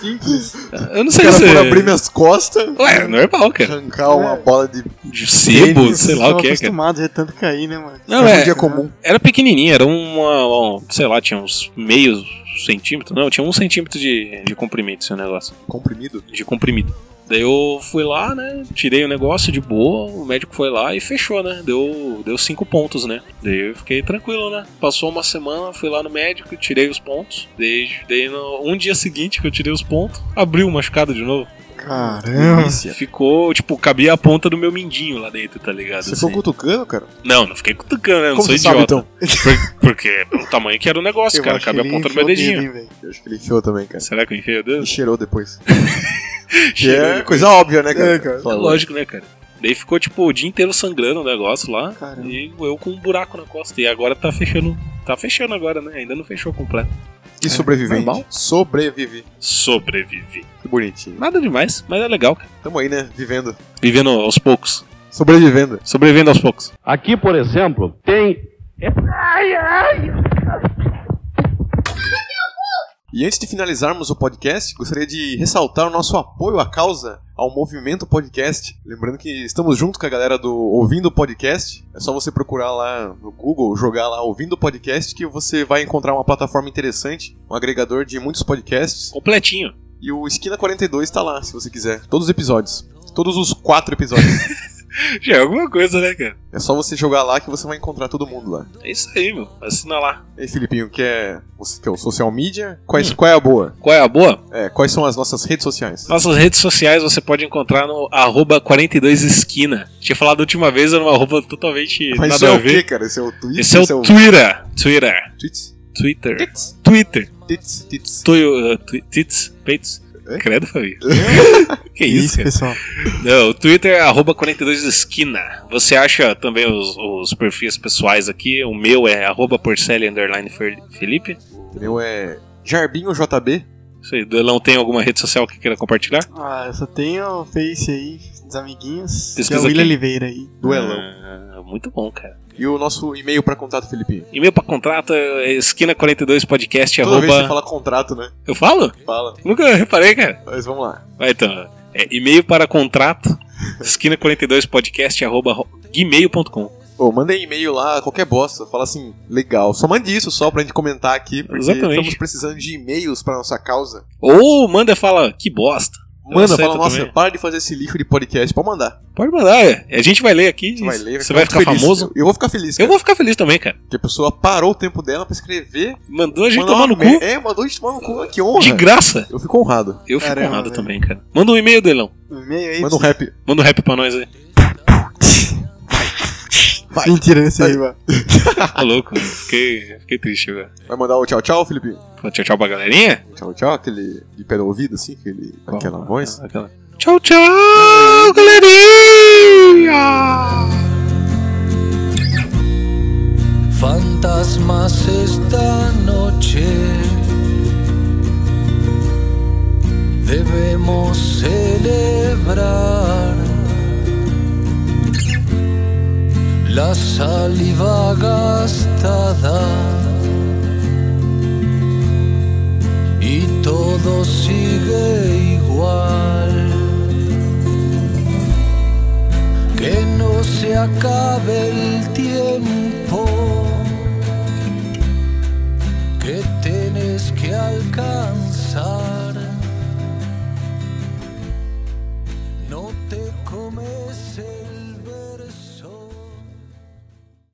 C: Simples.
G: Eu não
F: o
G: sei
F: cara
G: se.
F: foi abrir minhas costas,
G: é- Ué, é normal, cara.
F: arrancar uma bola de...
G: de sebo, sei lá o
C: Tava
G: que é, cara.
C: acostumado de tanto cair, né, mano?
G: Não,
F: Hoje em
G: é,
F: dia é comum.
G: era pequenininha, era uma, um, sei lá, tinha uns meio centímetro, não, tinha um centímetro de, de comprimento esse negócio,
F: Comprimido.
G: de comprimido. Daí eu fui lá, né, tirei o negócio de boa, o médico foi lá e fechou, né, deu, deu cinco pontos, né. Daí eu fiquei tranquilo, né. Passou uma semana, fui lá no médico, tirei os pontos, daí, daí no, um dia seguinte que eu tirei os pontos, abriu o machucado de novo.
F: É,
C: Caramba.
F: Delícia.
G: Ficou, tipo, cabia a ponta do meu mindinho lá dentro, tá ligado?
F: Você ficou
G: assim.
F: cutucando, cara?
G: Não, não fiquei cutucando, né? Não
F: Como
G: sou
F: você
G: idiota.
F: sabe, então?
G: Por- porque é pelo tamanho que era o negócio, cara. Cabe a ponta do meu dedinho.
F: Eu acho que ele enfiou também, cara.
G: Será que eu enfiei o
F: E
G: dedo?
F: cheirou depois. Que
G: Cheirou,
F: é
G: né?
F: coisa óbvia, né, cara?
C: É, cara.
G: É lógico, né, cara? Daí ficou, tipo, o dia inteiro sangrando o negócio lá.
C: Caramba.
G: E eu com um buraco na costa. E agora tá fechando. Tá fechando agora, né? Ainda não fechou completo.
F: E sobrevivente.
G: Normal.
F: Sobrevive.
G: Sobrevivi.
F: Que bonitinho.
G: Nada demais, mas é legal, cara.
F: Tamo aí, né? Vivendo.
G: Vivendo aos poucos.
F: Sobrevivendo.
G: Sobrevivendo aos poucos.
A: Aqui, por exemplo, tem
F: E antes de finalizarmos o podcast, gostaria de ressaltar o nosso apoio à causa, ao movimento podcast. Lembrando que estamos junto com a galera do Ouvindo o Podcast. É só você procurar lá no Google, jogar lá Ouvindo o Podcast, que você vai encontrar uma plataforma interessante, um agregador de muitos podcasts.
G: Completinho.
F: E o Esquina 42 tá lá, se você quiser. Todos os episódios. Todos os quatro episódios.
G: Já é alguma coisa, né, cara?
F: é só você jogar lá que você vai encontrar todo mundo lá.
G: É isso aí, meu. Assina lá.
F: E aí, Filipinho, quer, você quer o social media? Quais, Qual é a boa?
G: Qual é a boa?
F: É, quais são as nossas redes sociais?
G: Nossas redes sociais você pode encontrar no arroba 42esquina. Tinha falado a última vez, era um arroba totalmente
F: Mas isso
G: nada
F: é
G: a
F: o quê,
G: ver.
F: cara? Esse é o Twitter?
G: Esse é o Twitter. Twitter.
F: Tweets?
G: Twitter.
F: Tits?
G: Twitter.
F: Tits? Tits?
G: Tui- uh, twi- Tits. Peitos. Credo, família. que isso,
C: Isso,
G: cara?
C: pessoal.
G: Não, o Twitter é arroba 42esquina. Você acha também os, os perfis pessoais aqui. O meu é arroba porcelli underline Fer- Felipe.
F: O meu é Jarbinho JB.
G: Isso aí, Delão tem alguma rede social que queira compartilhar?
C: Ah, eu só tenho o Face aí dos amiguinhos. Que é
G: Pesquisa
C: o William
G: aqui.
C: Oliveira aí. É.
F: Duelão.
G: Ah, muito bom, cara.
F: E o nosso e-mail pra contato, Felipe.
G: E-mail pra contrato é esquina42podcast.
F: Toda vez que você
G: Arroba...
F: fala contrato, né?
G: Eu falo?
F: Fala.
G: Nunca reparei, cara.
F: Mas vamos lá.
G: Vai então. É e-mail para contrato esquina42podcast arroba ro- gmail.com.
F: Ô, mandem e-mail lá, qualquer bosta. Fala assim, legal. Só mande isso só pra gente comentar aqui, porque
G: Exatamente.
F: estamos precisando de e-mails pra nossa causa.
G: Ou manda e fala, que bosta. Eu
F: Manda,
G: aceito
F: fala, nossa,
G: também.
F: para de fazer esse lixo de podcast. Pode mandar.
G: Pode mandar, é. a gente vai ler aqui.
F: Você vai ler.
G: Você vai
F: ficar
G: ficar
F: feliz.
G: famoso.
F: Eu, eu vou ficar feliz,
G: Eu
F: cara.
G: vou ficar feliz também, cara.
F: Porque a pessoa parou o tempo dela pra escrever.
G: Mandou a gente
F: mandar
G: tomar
F: uma
G: no cu
F: mer- É, mandou a gente tomar no cu. Que honra.
G: de graça.
F: Eu fico honrado.
G: Eu fico
C: Caramba,
F: né?
G: honrado
C: velho.
G: também, cara. Manda um e-mail, Delão.
C: O e-mail é aí.
F: Manda um rap.
G: Manda um rap pra nós aí.
C: vai. Mentira, esse aí, mano.
G: Tá louco, mano. fiquei, fiquei triste agora.
F: Vai mandar o tchau, tchau, Felipe.
G: Pô, Tchau, tchau pra galerinha.
F: Tchau, tchau. Aquele de pé no ouvido, assim. Aquele, aquela
C: é,
F: voz.
G: Aquela- Tchau,
F: Uhum.
G: tchau, galerinha!
B: fantasmas esta noche. Debemos celebrar la saliva gastada y todo sigue igual. Que no se acabe el tiempo que tienes que alcanzar.